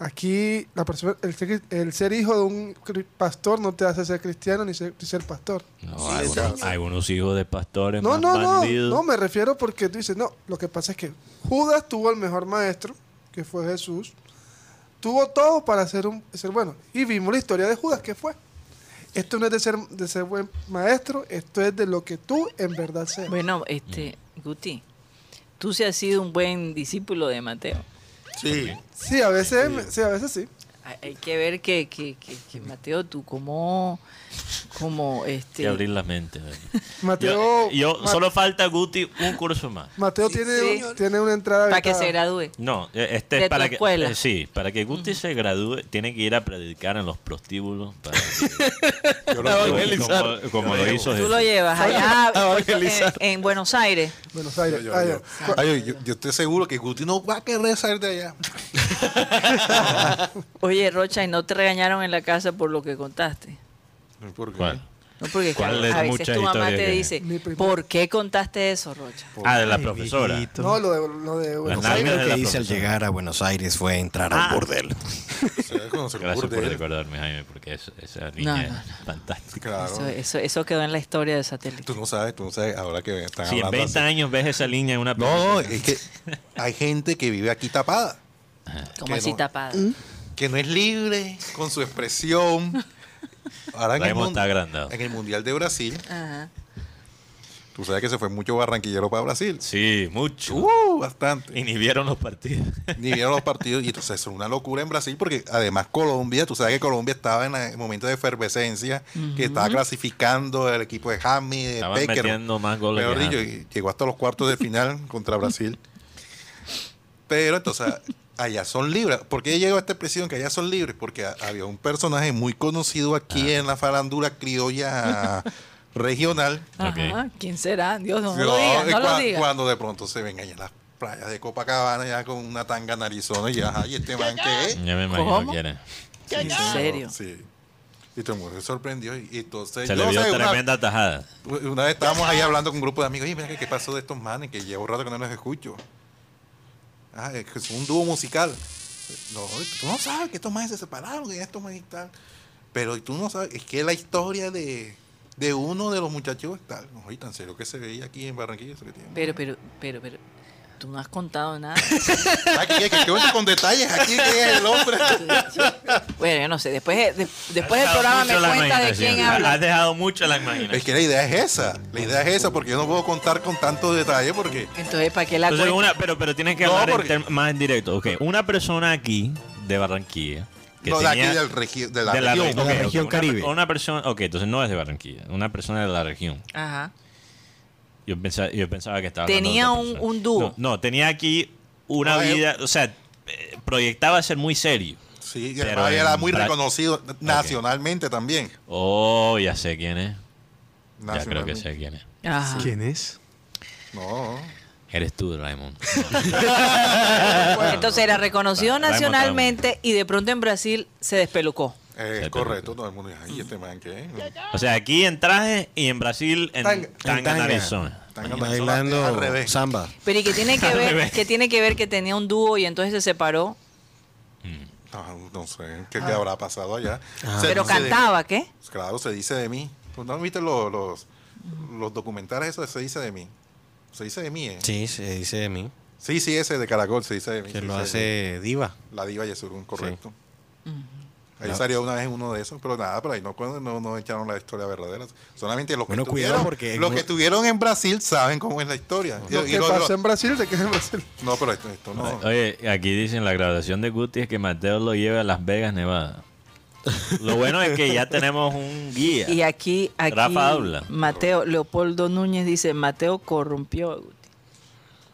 Speaker 5: Aquí la persona, el, ser, el ser hijo de un cri- pastor no te hace ser cristiano ni ser, ni ser pastor.
Speaker 3: No, algunos, algunos hijos de pastores
Speaker 5: No,
Speaker 3: más
Speaker 5: no, no,
Speaker 3: bandidos.
Speaker 5: no, me refiero porque tú dices, no, lo que pasa es que Judas tuvo el mejor maestro, que fue Jesús, tuvo todo para ser, un, ser bueno. Y vimos la historia de Judas, que fue. Esto no es de ser, de ser buen maestro, esto es de lo que tú en verdad seas.
Speaker 2: Bueno, este, Guti, tú sí has sido un buen discípulo de Mateo.
Speaker 6: Sí.
Speaker 5: Sí, a veces, me- sí, a veces sí.
Speaker 2: Hay- Hay que ver que, que, que- que Mateo, tú como, como
Speaker 3: Hay que
Speaker 2: este,
Speaker 3: abrir la mente. ¿verdad? Yo,
Speaker 5: Mateo,
Speaker 3: yo-
Speaker 5: Ma-
Speaker 3: solo falta Guti un curso más.
Speaker 5: Mateo tiene,
Speaker 2: sí.
Speaker 5: un- tiene una entrada
Speaker 2: para que se
Speaker 5: vetada.
Speaker 2: gradúe.
Speaker 3: No, eh, este
Speaker 2: De tu
Speaker 3: para que
Speaker 2: escuela.
Speaker 3: eh, sí, para que Guti se gradúe tiene que ir a predicar en los prostíbulos para
Speaker 6: Yo lo
Speaker 3: como, como- como lo hizo
Speaker 2: Tú lo
Speaker 3: Jesús.
Speaker 2: llevas allá en, en Buenos Aires.
Speaker 5: Buenos Aires.
Speaker 6: Yo,
Speaker 5: Ah,
Speaker 6: yo,
Speaker 5: ya.
Speaker 6: Ay, yo- yo estoy seguro que Guti no va a querer salir de allá.
Speaker 2: Oye, Rocha, ¿y no te regañaron en la casa por lo que contaste?
Speaker 6: ¿Por qué?
Speaker 3: ¿Cuál?
Speaker 2: No, porque es que
Speaker 3: ¿Cuál es
Speaker 2: a veces
Speaker 3: muchas
Speaker 2: tu mamá
Speaker 3: historias
Speaker 2: te
Speaker 3: que-
Speaker 2: dice,
Speaker 5: Mi prima-
Speaker 2: ¿por qué contaste eso, Rocha?
Speaker 3: Ah, de la profesora.
Speaker 5: No, lo de, lo de Buenos
Speaker 3: nalgas
Speaker 5: Aires.
Speaker 3: de
Speaker 8: que
Speaker 3: la
Speaker 8: hice al
Speaker 3: profesora.
Speaker 8: llegar a Buenos Aires fue entrar a un burdel.
Speaker 6: Se debe conocer
Speaker 3: Gracias
Speaker 6: por
Speaker 3: por
Speaker 6: dentro.
Speaker 3: recordarme, Jaime, porque es- esa niña
Speaker 2: No, no,
Speaker 3: es fantástica.
Speaker 2: Eso,
Speaker 6: Claro.
Speaker 2: eso, eso quedó en la historia de satélite.
Speaker 6: Tú no sabes, tú no sabes. Ahora que están
Speaker 3: Si en
Speaker 6: hablando
Speaker 3: 20
Speaker 6: así.
Speaker 3: años ves esa línea en una
Speaker 6: No, eh. es que hay gente que vive aquí tapada,
Speaker 2: Como
Speaker 6: que
Speaker 2: así
Speaker 6: no.
Speaker 2: tapada.
Speaker 3: ¿Mm?
Speaker 6: que no es libre con su expresión. Ahora en el,
Speaker 3: Raymond está
Speaker 6: mun-
Speaker 3: agrandado.
Speaker 6: en el Mundial de Brasil,
Speaker 2: Ajá.
Speaker 6: tú sabes que se fue mucho barranquillero para Brasil.
Speaker 3: Sí, mucho.
Speaker 6: Uh, bastante.
Speaker 3: Y ni vieron los partidos.
Speaker 6: ni vieron los partidos. Y entonces es una locura en Brasil, porque además Colombia, tú sabes que Colombia estaba en el momento de efervescencia, que estaba clasificando el equipo de Jami, de
Speaker 3: Estaban
Speaker 6: Becker.
Speaker 3: metiendo más goles
Speaker 6: Peor
Speaker 3: que
Speaker 6: dicho,
Speaker 3: James.
Speaker 6: y llegó hasta los cuartos de final contra Brasil. Pero entonces allá son libres. ¿Por qué llegó a esta expresión que allá son libres? Porque a- había un personaje muy conocido aquí
Speaker 3: Ah.
Speaker 6: en la farándula criolla regional.
Speaker 2: Ajá, ¿Quién será? Dios, no,
Speaker 6: No,
Speaker 2: lo digas,
Speaker 6: eh,
Speaker 2: no lo
Speaker 6: cua-
Speaker 2: digas.
Speaker 6: Cuando de pronto se ven allá en las playas de Copacabana, ya con una tanga en Arizona, y ya, ay, este man que es.
Speaker 3: Ya me imagino
Speaker 2: ¿Cómo?
Speaker 3: quién es.
Speaker 2: ¿En serio?
Speaker 6: Sí. Y todo el mundo se sorprendió. Y, y entonces,
Speaker 3: Se
Speaker 6: yo
Speaker 3: le
Speaker 6: no
Speaker 3: vio
Speaker 6: sé, una-
Speaker 3: tremenda tajada.
Speaker 6: una, vez estábamos ahí hablando con un grupo de amigos, y mira, que ¿qué pasó de estos manes? Que llevo rato que no los escucho. Ah, es que son un dúo musical. No, tú no sabes que estos manes se separaron, que estos manes y tal. Pero tú no sabes, es que la historia de, de uno de los muchachos tal. No, oye, tan serio que se veía aquí en Barranquilla. Eso que tiene.
Speaker 2: Pero, pero, pero, pero, tú no has contado nada.
Speaker 6: Aquí, que, que cuente con detalles aquí que es el hombre.
Speaker 2: Bueno, yo no sé. Después, eh, de- después del
Speaker 3: Has dejado
Speaker 2: programa me
Speaker 3: mucho la
Speaker 2: cuenta de
Speaker 3: imaginación.
Speaker 2: quién habla.
Speaker 3: Has dejado mucho la
Speaker 6: Es
Speaker 3: imaginación.
Speaker 6: que la idea es esa. La idea es esa porque yo no puedo contar con tantos detalles porque
Speaker 2: Entonces, ¿para qué la
Speaker 3: Entonces,
Speaker 2: cuenta?
Speaker 3: una, pero, pero tienes que
Speaker 6: No,
Speaker 3: hablar en
Speaker 6: porque-
Speaker 3: term- más en directo. Ok, una persona aquí de Barranquilla. Que
Speaker 6: No, de aquí
Speaker 3: tenía-
Speaker 6: del regi- de la
Speaker 3: de la
Speaker 6: región.
Speaker 3: re-
Speaker 8: de la
Speaker 3: ok, ok,
Speaker 8: región
Speaker 3: una-
Speaker 8: Caribe.
Speaker 3: Una, persona, ok, entonces no es de Barranquilla, una persona de la región.
Speaker 2: Ajá.
Speaker 3: Yo pensaba, yo pensaba que estaba. hablando de
Speaker 2: Tenía
Speaker 3: otra
Speaker 2: un-
Speaker 3: persona.
Speaker 2: un dúo.
Speaker 3: No, no, tenía aquí una
Speaker 6: No, eh,
Speaker 3: vida, o sea, eh, proyectaba ser muy serio.
Speaker 6: Sí, y
Speaker 3: Pero
Speaker 6: además
Speaker 3: en
Speaker 6: era muy
Speaker 3: Bra-
Speaker 6: reconocido nacionalmente también.
Speaker 3: Oh, ya sé quién es. Ya creo que
Speaker 6: Nacionalmente.
Speaker 3: sé quién es.
Speaker 2: Ajá.
Speaker 4: ¿Quién es?
Speaker 6: No.
Speaker 3: Eres tú, Raymond.
Speaker 2: Entonces era reconocido
Speaker 3: Raymond,
Speaker 2: nacionalmente y de pronto en Brasil se despelucó.
Speaker 6: Es
Speaker 3: te
Speaker 6: correcto, todo el mundo dice, ay, este man que
Speaker 3: O sea, aquí en traje y en Brasil en
Speaker 5: Tanga.
Speaker 3: tanga,
Speaker 8: En tanga.
Speaker 3: narizona.
Speaker 6: al
Speaker 8: Bailando
Speaker 6: revés.
Speaker 8: samba.
Speaker 2: Pero y que tiene que
Speaker 3: Al
Speaker 2: ver,
Speaker 3: revés.
Speaker 2: que tiene que ver que tenía un dúo y entonces se separó.
Speaker 6: No, no sé qué le habrá pasado allá. Se
Speaker 2: Ah. Pero
Speaker 6: dice de-
Speaker 2: cantaba, ¿qué?
Speaker 6: claro, se dice de mí. Pues, ¿No viste los, los, los documentales? Eso se dice de mí. Se dice de mí, ¿eh?
Speaker 8: Sí, se dice de mí.
Speaker 6: Sí, sí, ese de Caracol se dice de mí.
Speaker 8: Que
Speaker 6: se
Speaker 8: lo
Speaker 6: dice de mí.
Speaker 8: hace diva.
Speaker 6: La Diva Yesurún, correcto. Ahí salió una vez uno de esos, pero nada, por ahí no, no, no echaron la historia verdadera. Solamente los que,
Speaker 8: Bueno, cuidado,
Speaker 6: estuvieron,
Speaker 8: porque-
Speaker 6: los que estuvieron en Brasil saben cómo es la historia. Y-
Speaker 5: Lo
Speaker 6: y
Speaker 5: que
Speaker 6: lo-
Speaker 5: pasó
Speaker 6: lo-
Speaker 5: en Brasil se queda en Brasil.
Speaker 6: no, pero esto, esto
Speaker 5: Oh.
Speaker 6: no.
Speaker 3: Oye, aquí dicen la graduación de Guti es que Mateo lo lleve a Las Vegas, Nevada. Lo bueno es que ya tenemos un guía.
Speaker 2: Y aquí, aquí
Speaker 3: Rafa habla.
Speaker 2: Mateo, Leopoldo Núñez dice, Mateo corrompió a Guti.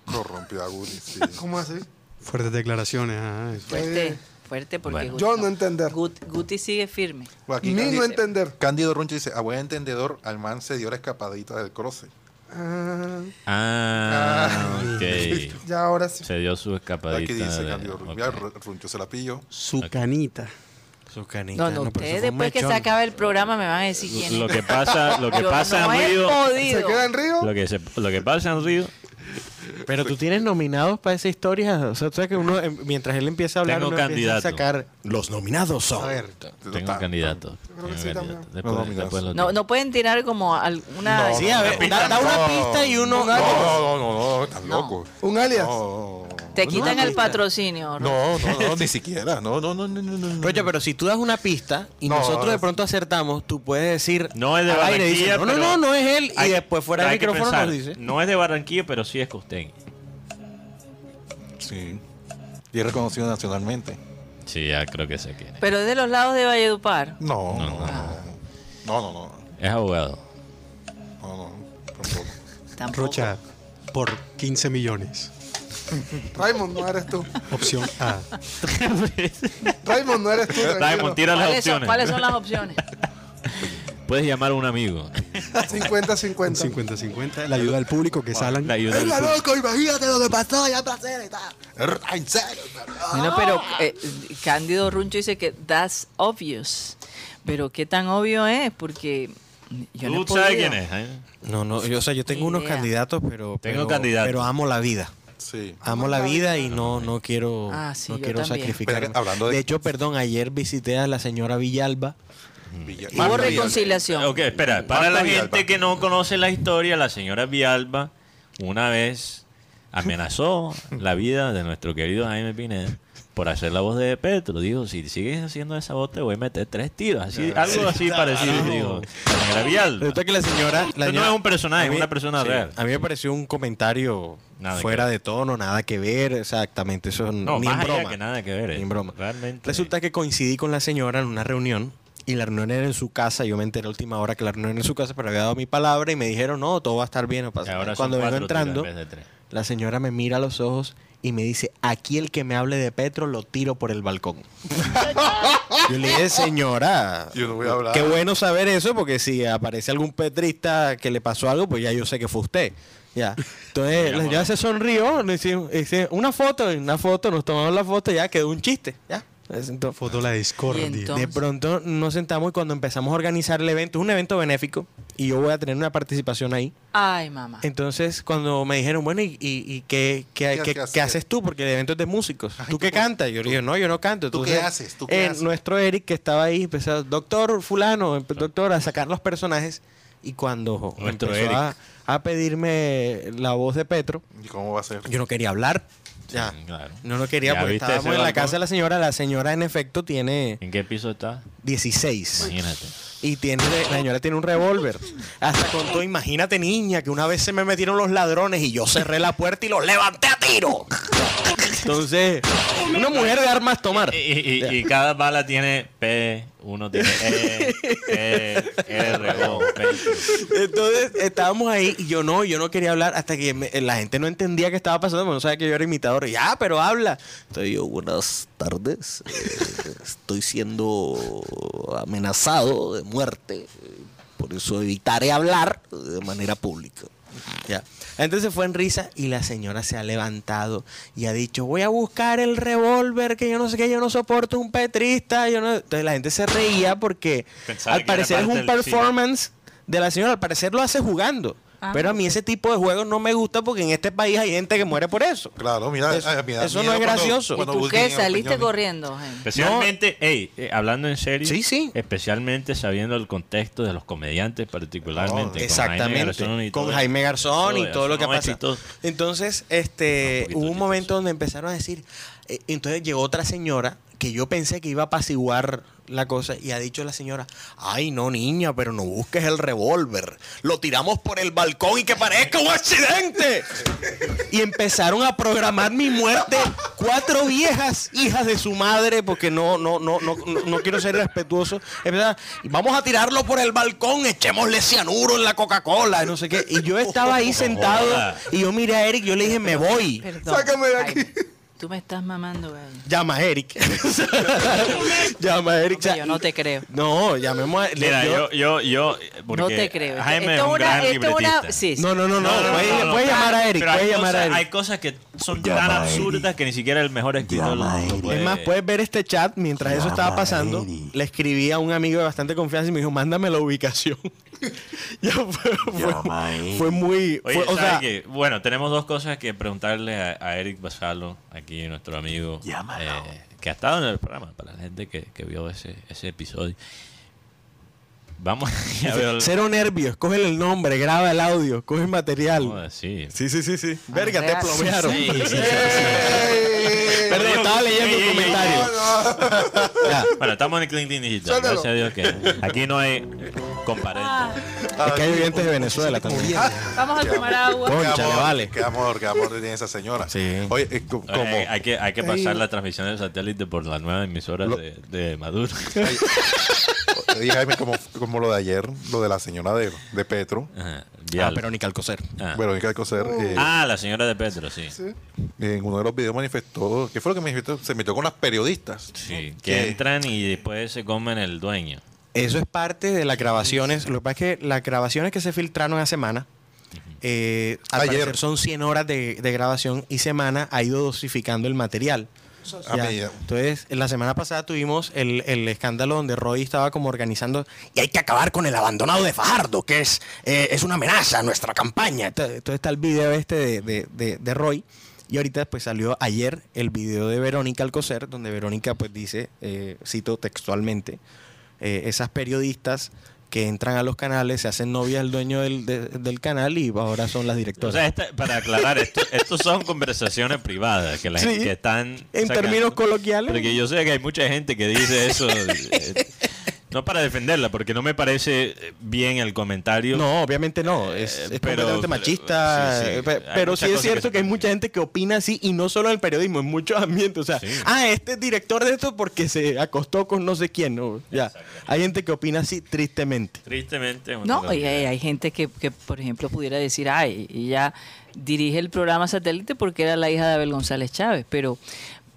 Speaker 6: Corrompió a Gulli, sí.
Speaker 5: ¿Cómo así?
Speaker 4: Fuertes declaraciones. ah, eso.
Speaker 2: Fuerte, fuerte porque
Speaker 3: Bueno.
Speaker 2: Guti,
Speaker 5: Yo no entender.
Speaker 2: Guti, Guti sigue firme.
Speaker 6: Pues aquí
Speaker 5: Ni
Speaker 6: Cándido-
Speaker 5: no entender.
Speaker 6: Cándido Runcho dice, a buen entendedor, al man se dio la escapadita del cruce.
Speaker 5: Ah,
Speaker 3: Ah, ok.
Speaker 5: ya ahora sí.
Speaker 3: Se dio su escapadita.
Speaker 6: Aquí dice
Speaker 3: de-
Speaker 6: Cándido Runcho, ya,
Speaker 3: ok.
Speaker 6: Ru- Runcho se la pilló.
Speaker 4: Su canita.
Speaker 8: Su
Speaker 2: No,
Speaker 8: canita.
Speaker 2: no,
Speaker 8: pero eso
Speaker 2: ustedes
Speaker 8: fue un
Speaker 2: después que se
Speaker 8: mechón.
Speaker 2: acabe el programa me van a decir quién es.
Speaker 3: Lo que pasa, lo que
Speaker 2: Yo
Speaker 3: pasa
Speaker 2: no
Speaker 3: en
Speaker 2: he
Speaker 3: Río,
Speaker 2: podido.
Speaker 5: ¿Se queda en Río?
Speaker 3: lo que, se- lo que pasa en Río,
Speaker 8: Pero tú tienes nominados para esa historia. O sea, tú sabes que uno, eh, mientras él empieza a hablar,
Speaker 3: Tengo
Speaker 8: uno empieza a
Speaker 3: candidato.
Speaker 8: sacar. Los nominados son.
Speaker 4: A ver,
Speaker 3: tengo
Speaker 6: Tan-
Speaker 3: un candidato.
Speaker 5: creo que sí
Speaker 3: Tengo un
Speaker 5: también.
Speaker 3: candidato.
Speaker 6: No,
Speaker 3: Después,
Speaker 6: mira,
Speaker 3: después lo
Speaker 2: No,
Speaker 3: tengo.
Speaker 2: no pueden tirar como alguna...
Speaker 6: No,
Speaker 8: Sí, a ver, da, da una pista y uno.
Speaker 6: No, no, no, no, no, estás loco.
Speaker 5: ¿Un alias?
Speaker 6: No,
Speaker 2: Te quitan el patrocinio. Ro-
Speaker 6: no, no, no, ni siquiera. No, no, no, no, no, no.
Speaker 8: Rocha, pero si tú das una pista y
Speaker 6: No,
Speaker 8: nosotros de
Speaker 6: es-
Speaker 8: pronto acertamos, tú puedes decir.
Speaker 3: No es de
Speaker 8: al aire,
Speaker 3: Barranquilla.
Speaker 8: dices, no, no,
Speaker 3: pero
Speaker 8: no, no es él.
Speaker 3: hay
Speaker 8: y
Speaker 3: que-
Speaker 8: después fuera del
Speaker 3: hay que
Speaker 8: micrófono
Speaker 3: pensar,
Speaker 8: nos dice.
Speaker 3: No es de Barranquilla, pero sí es costeño.
Speaker 6: Sí. Y es reconocido nacionalmente.
Speaker 3: Sí, ya creo que sé quién es.
Speaker 2: Pero es de los lados de Valledupar.
Speaker 6: No, no, no. No, no, no.
Speaker 3: Es abogado.
Speaker 6: No, no. Tampoco.
Speaker 2: Tampoco.
Speaker 4: Rocha, por 15 millones.
Speaker 5: Raymond, no eres tú.
Speaker 4: Opción A.
Speaker 5: Raymond, no eres tú.
Speaker 3: Raymond,
Speaker 5: tranquilo.
Speaker 3: tira las
Speaker 2: ¿Cuáles son,
Speaker 3: opciones.
Speaker 2: ¿Cuáles son las opciones?
Speaker 3: Puedes llamar a un amigo.
Speaker 5: 50-50.
Speaker 4: 50-50. La ayuda del público que salan.
Speaker 3: La ayuda del público.
Speaker 9: imagínate lo que pasó allá en Brasil y tal.
Speaker 6: En serio.
Speaker 2: No, pero eh, Cándido Runcho dice que that's obvious. Pero qué tan obvio es, porque yo no he
Speaker 3: Tú sabes
Speaker 2: podido.
Speaker 3: quién es. ¿eh?
Speaker 8: No, no, yo, o sea, yo tengo
Speaker 2: Ni
Speaker 8: unos
Speaker 2: idea.
Speaker 8: candidatos, pero. pero-
Speaker 3: candidatos.
Speaker 8: Pero amo la vida.
Speaker 6: Sí.
Speaker 8: Amo la vida y no, no quiero,
Speaker 2: Ah, sí,
Speaker 8: no
Speaker 2: yo
Speaker 8: quiero
Speaker 2: también.
Speaker 8: sacrificarme.
Speaker 6: Pero, hablando
Speaker 8: de...
Speaker 6: de-
Speaker 8: hecho, perdón, ayer visité a la señora Villalba.
Speaker 6: Villa-
Speaker 2: Hubo
Speaker 6: Marta
Speaker 2: reconciliación.
Speaker 3: Ok, espera. Para la
Speaker 6: Villalba.
Speaker 3: gente que no conoce la historia, la señora Vialba una vez amenazó la vida de nuestro querido Jaime Pineda por hacer la voz de Petro. Dijo, si sigues haciendo esa voz te voy a meter tres tiros. Así,
Speaker 2: Ah,
Speaker 3: algo así parecido, dijo la señora Vialba.
Speaker 8: Resulta que la señora. la
Speaker 3: Esto no
Speaker 8: señora-
Speaker 3: es un personaje,
Speaker 8: a
Speaker 3: es una persona real.
Speaker 8: A mí me pareció un comentario
Speaker 3: Nada que
Speaker 8: fuera
Speaker 3: ver.
Speaker 8: de tono, nada que ver, exactamente. Eso
Speaker 3: No,
Speaker 8: ni
Speaker 3: más
Speaker 8: en
Speaker 3: allá
Speaker 8: broma.
Speaker 3: que nada que ver,
Speaker 8: Ni
Speaker 3: eh.
Speaker 8: en broma.
Speaker 3: Realmente.
Speaker 8: Resulta que coincidí con la señora en una reunión. Y la reunión era en su casa. Yo me enteré a última hora que la reunión era en su casa, pero había dado mi palabra y me dijeron, no, todo va a estar bien. no
Speaker 3: Y
Speaker 8: pasa nada".
Speaker 3: ahora son
Speaker 8: Cuando vengo
Speaker 3: cuatro tiros
Speaker 8: entrando,
Speaker 3: en vez de tres.
Speaker 8: la señora me mira a los ojos y me dice, aquí el que me hable de Petro lo tiro por el balcón. Yo le dije, señora,
Speaker 6: Yo no voy a hablar.
Speaker 8: qué bueno saber eso, porque si aparece algún petrista que le pasó algo, pues ya yo sé que fue usted. Ya. Entonces la señora se sonrió, le dice, dice, una foto, y una foto, nos tomamos la foto, y ya quedó un chiste. Ya. Entonces, entonces,
Speaker 4: Foto la discordia.
Speaker 2: Y entonces-
Speaker 8: de pronto nos sentamos y cuando empezamos a organizar el evento, es un evento benéfico, y yo voy a tener una participación ahí.
Speaker 2: Ay, mamá.
Speaker 8: Entonces, cuando me dijeron, bueno, ¿y, y- y qué, qué-
Speaker 6: ¿Qué-
Speaker 8: qué-
Speaker 6: qué haces?
Speaker 8: qué haces tú? Porque el evento es de músicos. ¿Tú qué cantas? Yo le dije, no, yo no canto.
Speaker 6: ¿Tú qué
Speaker 8: Entonces,
Speaker 6: haces? ¿Tú qué
Speaker 8: eh,
Speaker 6: haces?
Speaker 8: Nuestro Eric, que estaba ahí, empezó, doctor fulano, empe- doctor, a sacar los personajes. Y cuando
Speaker 3: Nuestro
Speaker 8: empezó a, a pedirme la voz de Petro,
Speaker 6: ¿Y cómo va a ser?
Speaker 8: yo no quería hablar. Ya.
Speaker 3: claro.
Speaker 8: No lo quería
Speaker 3: Ya
Speaker 8: porque
Speaker 3: viste ese
Speaker 8: estábamos en la
Speaker 3: balcón.
Speaker 8: casa de la señora. La señora, en efecto, tiene
Speaker 3: ¿En qué piso está?
Speaker 8: 16.
Speaker 3: Imagínate.
Speaker 8: Y tiene, la señora tiene un revólver. Hasta contó, imagínate niña, que una vez se me metieron los ladrones y yo cerré la puerta y los levanté a tiro. Entonces, una mujer de armas tomar.
Speaker 3: Y, y- y- y cada bala tiene P, uno tiene E, P, R, O, P.
Speaker 8: Entonces estábamos ahí y yo no, yo no quería hablar hasta que me- la gente no entendía qué estaba pasando, porque no sabía que yo era imitador. Y ah, pero habla. Entonces yo, buenas tardes, eh, estoy siendo amenazado de muerte, eh, por eso evitaré hablar de manera pública. Ya. Entonces fue en risa y la señora se ha levantado y ha dicho, voy a buscar el revólver, que yo no sé qué, yo no soporto un petrista. Yo no... Entonces la gente se reía porque
Speaker 3: Pensaba
Speaker 8: al
Speaker 3: que era
Speaker 8: parecer es
Speaker 3: parte
Speaker 8: un
Speaker 3: del chiste.
Speaker 8: performance performance de la señora. Al parecer lo hace jugando.
Speaker 2: Ah,
Speaker 8: pero a mí ese tipo de juegos no me gusta porque en este país hay gente que muere por eso.
Speaker 6: Claro, mira,
Speaker 8: Eso-
Speaker 6: ah, mira,
Speaker 8: eso
Speaker 6: mira
Speaker 8: no es
Speaker 6: cuando-
Speaker 8: gracioso.
Speaker 6: cuando
Speaker 2: ¿Y tú
Speaker 6: busquen
Speaker 2: qué?
Speaker 6: en
Speaker 2: ¿Saliste
Speaker 6: opiniones.
Speaker 2: corriendo, gente?
Speaker 3: Especialmente, ey, eh, hablando en serio,
Speaker 8: Sí, sí.
Speaker 3: especialmente sabiendo el contexto de los comediantes, particularmente. con Jaime
Speaker 8: Oh, Exactamente.
Speaker 3: Garzón y
Speaker 8: Con
Speaker 3: todo
Speaker 8: Jaime
Speaker 3: eso.
Speaker 8: Garzón y todo lo que
Speaker 3: eso,
Speaker 8: ha
Speaker 3: no,
Speaker 8: pasado.
Speaker 3: exitoso.
Speaker 8: Entonces,
Speaker 3: Un
Speaker 8: este,
Speaker 3: poquito
Speaker 8: hubo un
Speaker 3: chistoso.
Speaker 8: momento donde empezaron a decir, eh, entonces llegó otra señora que yo pensé que iba a apaciguar la cosa y ha dicho la señora, ay no niña, pero no busques el revólver, lo tiramos por el balcón y que parezca un accidente. y empezaron a programar mi muerte cuatro viejas hijas de su madre porque no no no no no, no quiero ser respetuoso Empezaron, vamos a tirarlo por el balcón echémosle cianuro en la Coca Cola no sé qué y yo estaba ahí sentado y yo miré a Eric yo le dije me voy
Speaker 2: Perdón.
Speaker 5: Sácame de aquí.
Speaker 2: Jaime, Tú me estás mamando, gallo.
Speaker 8: llama a Eric llama a Eric
Speaker 2: Hombre, yo no te creo.
Speaker 8: no llamemos a, le-
Speaker 3: Mira,
Speaker 8: yo-
Speaker 3: yo, yo, yo, eh, porque
Speaker 2: no te creo. Este, Esto
Speaker 3: Jaime es un
Speaker 2: una-
Speaker 3: gran
Speaker 2: esto una-
Speaker 3: libretista.
Speaker 2: sí, sí.
Speaker 8: no no no no, puedes, puedes llamar a Eric
Speaker 3: Pero hay
Speaker 8: puedes llamar
Speaker 3: cosas-
Speaker 8: a Eric
Speaker 3: Hay cosas que son tan absurdas que ni siquiera el mejor escritor lo- lo puede-
Speaker 8: Es más, puedes ver este chat mientras eso estaba pasando. Le escribí a un amigo de bastante confianza y me dijo, mándame la ubicación. Ya fue, fue- fue muy...
Speaker 3: Oye,
Speaker 8: fue- o
Speaker 3: ¿sabes
Speaker 8: sea,
Speaker 3: qué? Bueno, tenemos dos cosas que preguntarle a, a Eric Basalo, aquí nuestro amigo, eh, que ha estado en el programa, para la gente que, que vio ese, ese episodio. Vamos a ver.
Speaker 8: cero nervios, coge el nombre, graba el audio, coge el material.
Speaker 3: Joder, sí.
Speaker 8: Sí, sí, sí, sí. Verga, te
Speaker 2: real.
Speaker 8: plomearon.
Speaker 3: Sí, sí, sí.
Speaker 8: Perdón, estaba leyendo
Speaker 3: Ey, ey,
Speaker 8: un
Speaker 3: ey,
Speaker 8: comentario. Ya,
Speaker 3: Bueno, estamos en Clean Clean Digital.
Speaker 5: Suéltalo.
Speaker 3: Gracias a Dios que aquí no hay comparentes.
Speaker 8: es que hay oyentes de Venezuela también.
Speaker 2: Ah, Vamos a tomar agua.
Speaker 6: Qué
Speaker 8: Concha, le
Speaker 6: Ah, amor,
Speaker 8: vale.
Speaker 6: Qué amor, qué amor tiene esa señora.
Speaker 8: Sí.
Speaker 6: Oye, eh, co- como.
Speaker 3: Hay, hay que, hay que pasar la transmisión del satélite por la nueva emisora de, de Maduro.
Speaker 6: Oye, Jaime, como, como lo de ayer, lo de la señora de, de Petro.
Speaker 3: Ajá,
Speaker 8: Ah,
Speaker 3: Vial.
Speaker 8: Verónica Alcocer.
Speaker 3: Ah.
Speaker 6: Verónica Alcocer,
Speaker 8: Uh.
Speaker 6: eh,
Speaker 3: Ah, la señora de Petro, sí.
Speaker 6: en uno de los videos manifestó. ¿Qué fue lo que manifestó? Se metió con las periodistas.
Speaker 3: Sí, que
Speaker 6: ¿Qué?
Speaker 3: entran y después se comen el dueño.
Speaker 8: Eso es parte de las grabaciones. Lo que pasa es que las grabaciones que se filtraron a semana, eh, al
Speaker 6: Ayer.
Speaker 8: parecer son 100 horas de, de grabación y semana ha ido dosificando el material.
Speaker 6: A
Speaker 8: Ya.
Speaker 6: medida.
Speaker 8: Entonces, la semana pasada tuvimos el, el escándalo donde Roy estaba como organizando y hay que acabar con el abandonado de Fajardo, que es, eh, es una amenaza a nuestra campaña. Entonces, entonces está el video este de, de- de- de Roy. Y ahorita pues salió ayer el video de Verónica Alcocer, donde Verónica pues dice, eh, cito textualmente, eh, esas periodistas que entran a los canales, se hacen novias del dueño del, de- del canal y ahora son las
Speaker 3: O
Speaker 8: directoras.
Speaker 3: sea, esta- para aclarar, esto, estos son conversaciones privadas que la
Speaker 8: Sí,
Speaker 3: gente que están.
Speaker 8: en
Speaker 3: sacando.
Speaker 8: términos coloquiales.
Speaker 3: Porque yo sé que hay mucha gente que dice eso. eh, no para defenderla, porque no me parece bien el comentario.
Speaker 8: No, obviamente no. Es,
Speaker 3: Eh,
Speaker 8: es
Speaker 3: pero-
Speaker 8: completamente
Speaker 3: pero-
Speaker 8: machista.
Speaker 3: sí, sí.
Speaker 8: eh, pe-
Speaker 3: Hay
Speaker 8: Pero,
Speaker 3: muchas
Speaker 8: sí es
Speaker 3: cosas que
Speaker 8: cierto
Speaker 3: se
Speaker 8: que hay
Speaker 3: pueden
Speaker 8: mucha
Speaker 3: decir.
Speaker 8: gente que opina así y no solo en el periodismo, en muchos ambientes. O sea,
Speaker 3: Sí.
Speaker 8: ah, este es director de esto porque se acostó con no sé quién. ¿no? Ya. Hay gente que opina así tristemente.
Speaker 3: Tristemente. es una
Speaker 2: No,
Speaker 3: realidad.
Speaker 2: oye, hay, gente que, que, por ejemplo, pudiera decir, ay, ella dirige el programa satélite porque era la hija de Abel González Chávez, pero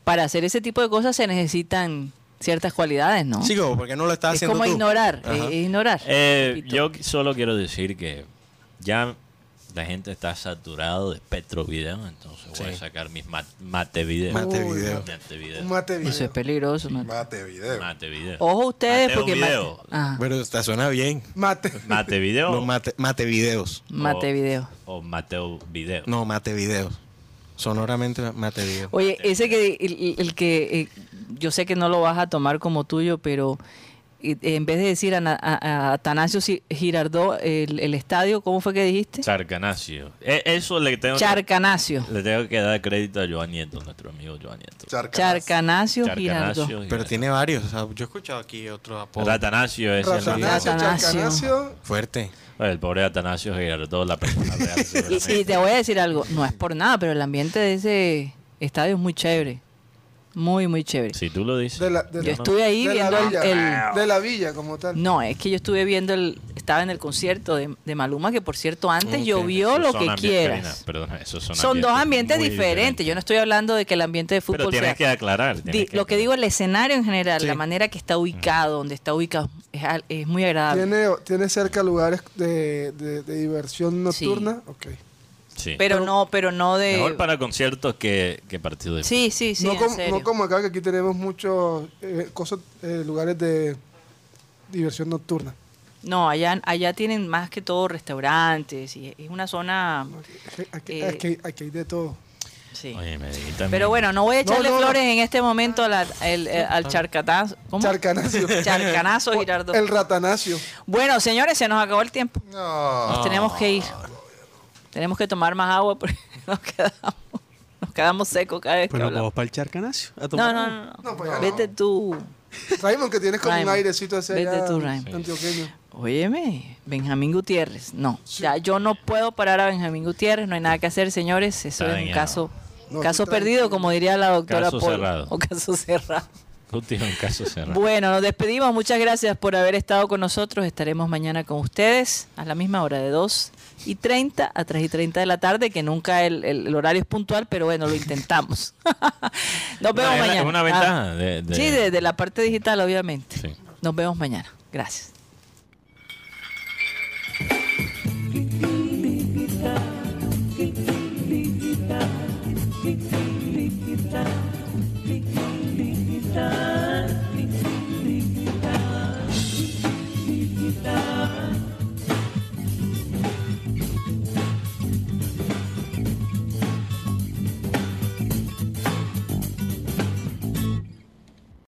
Speaker 2: para hacer ese tipo de cosas se necesitan ciertas cualidades, ¿no?
Speaker 8: Sí, como, porque no lo estás
Speaker 2: es
Speaker 8: haciendo
Speaker 2: como
Speaker 8: tú?
Speaker 2: ignorar,
Speaker 8: Ajá.
Speaker 2: es ignorar.
Speaker 3: Eh,
Speaker 2: un poquito.
Speaker 3: yo solo quiero decir que ya la gente está saturado de Petro Video, entonces voy a sacar mis ma- mate video.
Speaker 8: Mate
Speaker 5: Uy,
Speaker 8: video.
Speaker 3: Mate video.
Speaker 5: Un mate
Speaker 2: Eso es
Speaker 5: video.
Speaker 2: peligroso. ¿no?
Speaker 6: Mate video.
Speaker 3: Mate video.
Speaker 2: Ojo ustedes
Speaker 3: Mateo
Speaker 2: porque... Ah, ma-
Speaker 3: video.
Speaker 2: Ajá,
Speaker 8: Pero está, suena bien.
Speaker 5: Mate.
Speaker 3: Mate video.
Speaker 8: Los mate, mate videos.
Speaker 2: mate
Speaker 3: o-
Speaker 2: video.
Speaker 3: O Mateo video.
Speaker 8: No, mate videos. Sonoramente mate videos.
Speaker 2: Oye, ese que el, el- el que eh, yo sé que no lo vas a tomar como tuyo, pero y- en vez de decir a, Na- a- a Atanasio Si- Girardot el, el estadio, ¿cómo fue que dijiste?
Speaker 3: Charcanacio. E- eso le tengo,
Speaker 2: Charcanacio.
Speaker 3: le tengo que dar crédito a Joan Nieto, nuestro amigo Joan Nieto.
Speaker 2: Charcanacio Girardot.
Speaker 3: Charcanacio.
Speaker 8: Pero tiene varios. o sea, yo he escuchado aquí otro apodo
Speaker 3: Atanasio es el,
Speaker 5: Ratanasio,
Speaker 2: Ratanasio.
Speaker 5: Charcanacio.
Speaker 8: fuerte.
Speaker 3: el pobre Atanasio Girardot, la persona real.
Speaker 2: Y, y
Speaker 3: seguramente.
Speaker 2: te voy a decir algo, no es por nada, pero el ambiente de ese estadio es muy chévere. Muy, muy chévere.
Speaker 3: Si tú lo dices.
Speaker 5: De la- de
Speaker 2: Yo
Speaker 5: la-
Speaker 2: estuve ahí
Speaker 5: de la
Speaker 2: viendo el-
Speaker 5: villa,
Speaker 2: el,
Speaker 5: de la villa como tal.
Speaker 2: No, es que yo estuve viendo el, estaba en el concierto de, de Maluma, que por cierto antes llovió
Speaker 3: Esos
Speaker 2: lo
Speaker 3: son
Speaker 2: que
Speaker 3: ambientes-
Speaker 2: quieras.
Speaker 3: Karina, perdona, esos son,
Speaker 2: Son dos ambientes
Speaker 3: muy
Speaker 2: diferentes. Yo no estoy hablando de que el ambiente de fútbol
Speaker 3: Pero tienes
Speaker 2: sea-
Speaker 3: que aclarar. tienes
Speaker 2: Di- lo que
Speaker 3: aclarar.
Speaker 2: digo, el escenario en general, la manera que está ubicado, donde está ubicado, es, al- es muy agradable.
Speaker 5: ¿Tiene, tiene cerca lugares de, de- de diversión nocturna. Ok.
Speaker 3: Sí.
Speaker 2: pero no, pero no de...
Speaker 3: Mejor para conciertos que, que partidos. de
Speaker 2: Sí, sí, sí,
Speaker 5: no,
Speaker 2: en
Speaker 5: como,
Speaker 2: serio.
Speaker 5: no como acá, que aquí tenemos muchos eh, cosas, eh, lugares de diversión nocturna.
Speaker 2: No, allá, allá tienen más que todo restaurantes y es una zona...
Speaker 5: Aquí, aquí-
Speaker 2: Eh.
Speaker 5: aquí- aquí hay de todo.
Speaker 2: sí.
Speaker 3: fútbol. Oye, me di también.
Speaker 2: Pero bueno, no voy a
Speaker 5: No,
Speaker 2: echarle
Speaker 5: no, no.
Speaker 2: flores en este momento a la- el- el- al charcatazo. ¿Cómo?
Speaker 5: Charcanacio.
Speaker 2: Charcanazo, Girardo.
Speaker 5: El ratanacio.
Speaker 2: Bueno, señores, se nos acabó el tiempo.
Speaker 6: No.
Speaker 2: Nos tenemos que ir. Tenemos que tomar más agua porque nos quedamos, nos quedamos secos cada vez que
Speaker 4: Bueno,
Speaker 2: hablamos.
Speaker 4: vamos para el charcanacio. A
Speaker 2: No,
Speaker 4: tomar
Speaker 2: no,
Speaker 4: agua.
Speaker 2: no. no.
Speaker 5: No, pues ya no.
Speaker 2: Vete tú.
Speaker 5: Raymond, que tienes como
Speaker 2: Raymond.
Speaker 5: un airecito hacia
Speaker 2: Vete
Speaker 5: allá
Speaker 2: tú, Raymond.
Speaker 5: antioqueño.
Speaker 2: Óyeme, Benjamín Gutiérrez. No, ya yo no puedo parar a Benjamín Gutiérrez. No hay nada que hacer, señores. Eso
Speaker 3: Está
Speaker 2: es
Speaker 3: bien,
Speaker 2: un
Speaker 3: ya.
Speaker 2: caso,
Speaker 5: No,
Speaker 2: caso
Speaker 5: tú tranquilo.
Speaker 2: perdido, como diría la doctora
Speaker 3: Caso
Speaker 2: Polo.
Speaker 3: cerrado.
Speaker 2: O caso cerrado.
Speaker 3: Último en caso cerrado.
Speaker 2: Bueno, nos despedimos. Muchas gracias por haber estado con nosotros. Estaremos mañana con ustedes a la misma hora de 2 y 30 a 3 y 30 de la tarde, que nunca el, el- el horario es puntual, pero bueno, lo intentamos. nos vemos
Speaker 3: Una-
Speaker 2: mañana.
Speaker 3: Es una ventaja. de-
Speaker 2: Ah,
Speaker 3: de-
Speaker 2: sí, de, de la parte digital, obviamente.
Speaker 3: Sí.
Speaker 2: Nos vemos mañana. Gracias.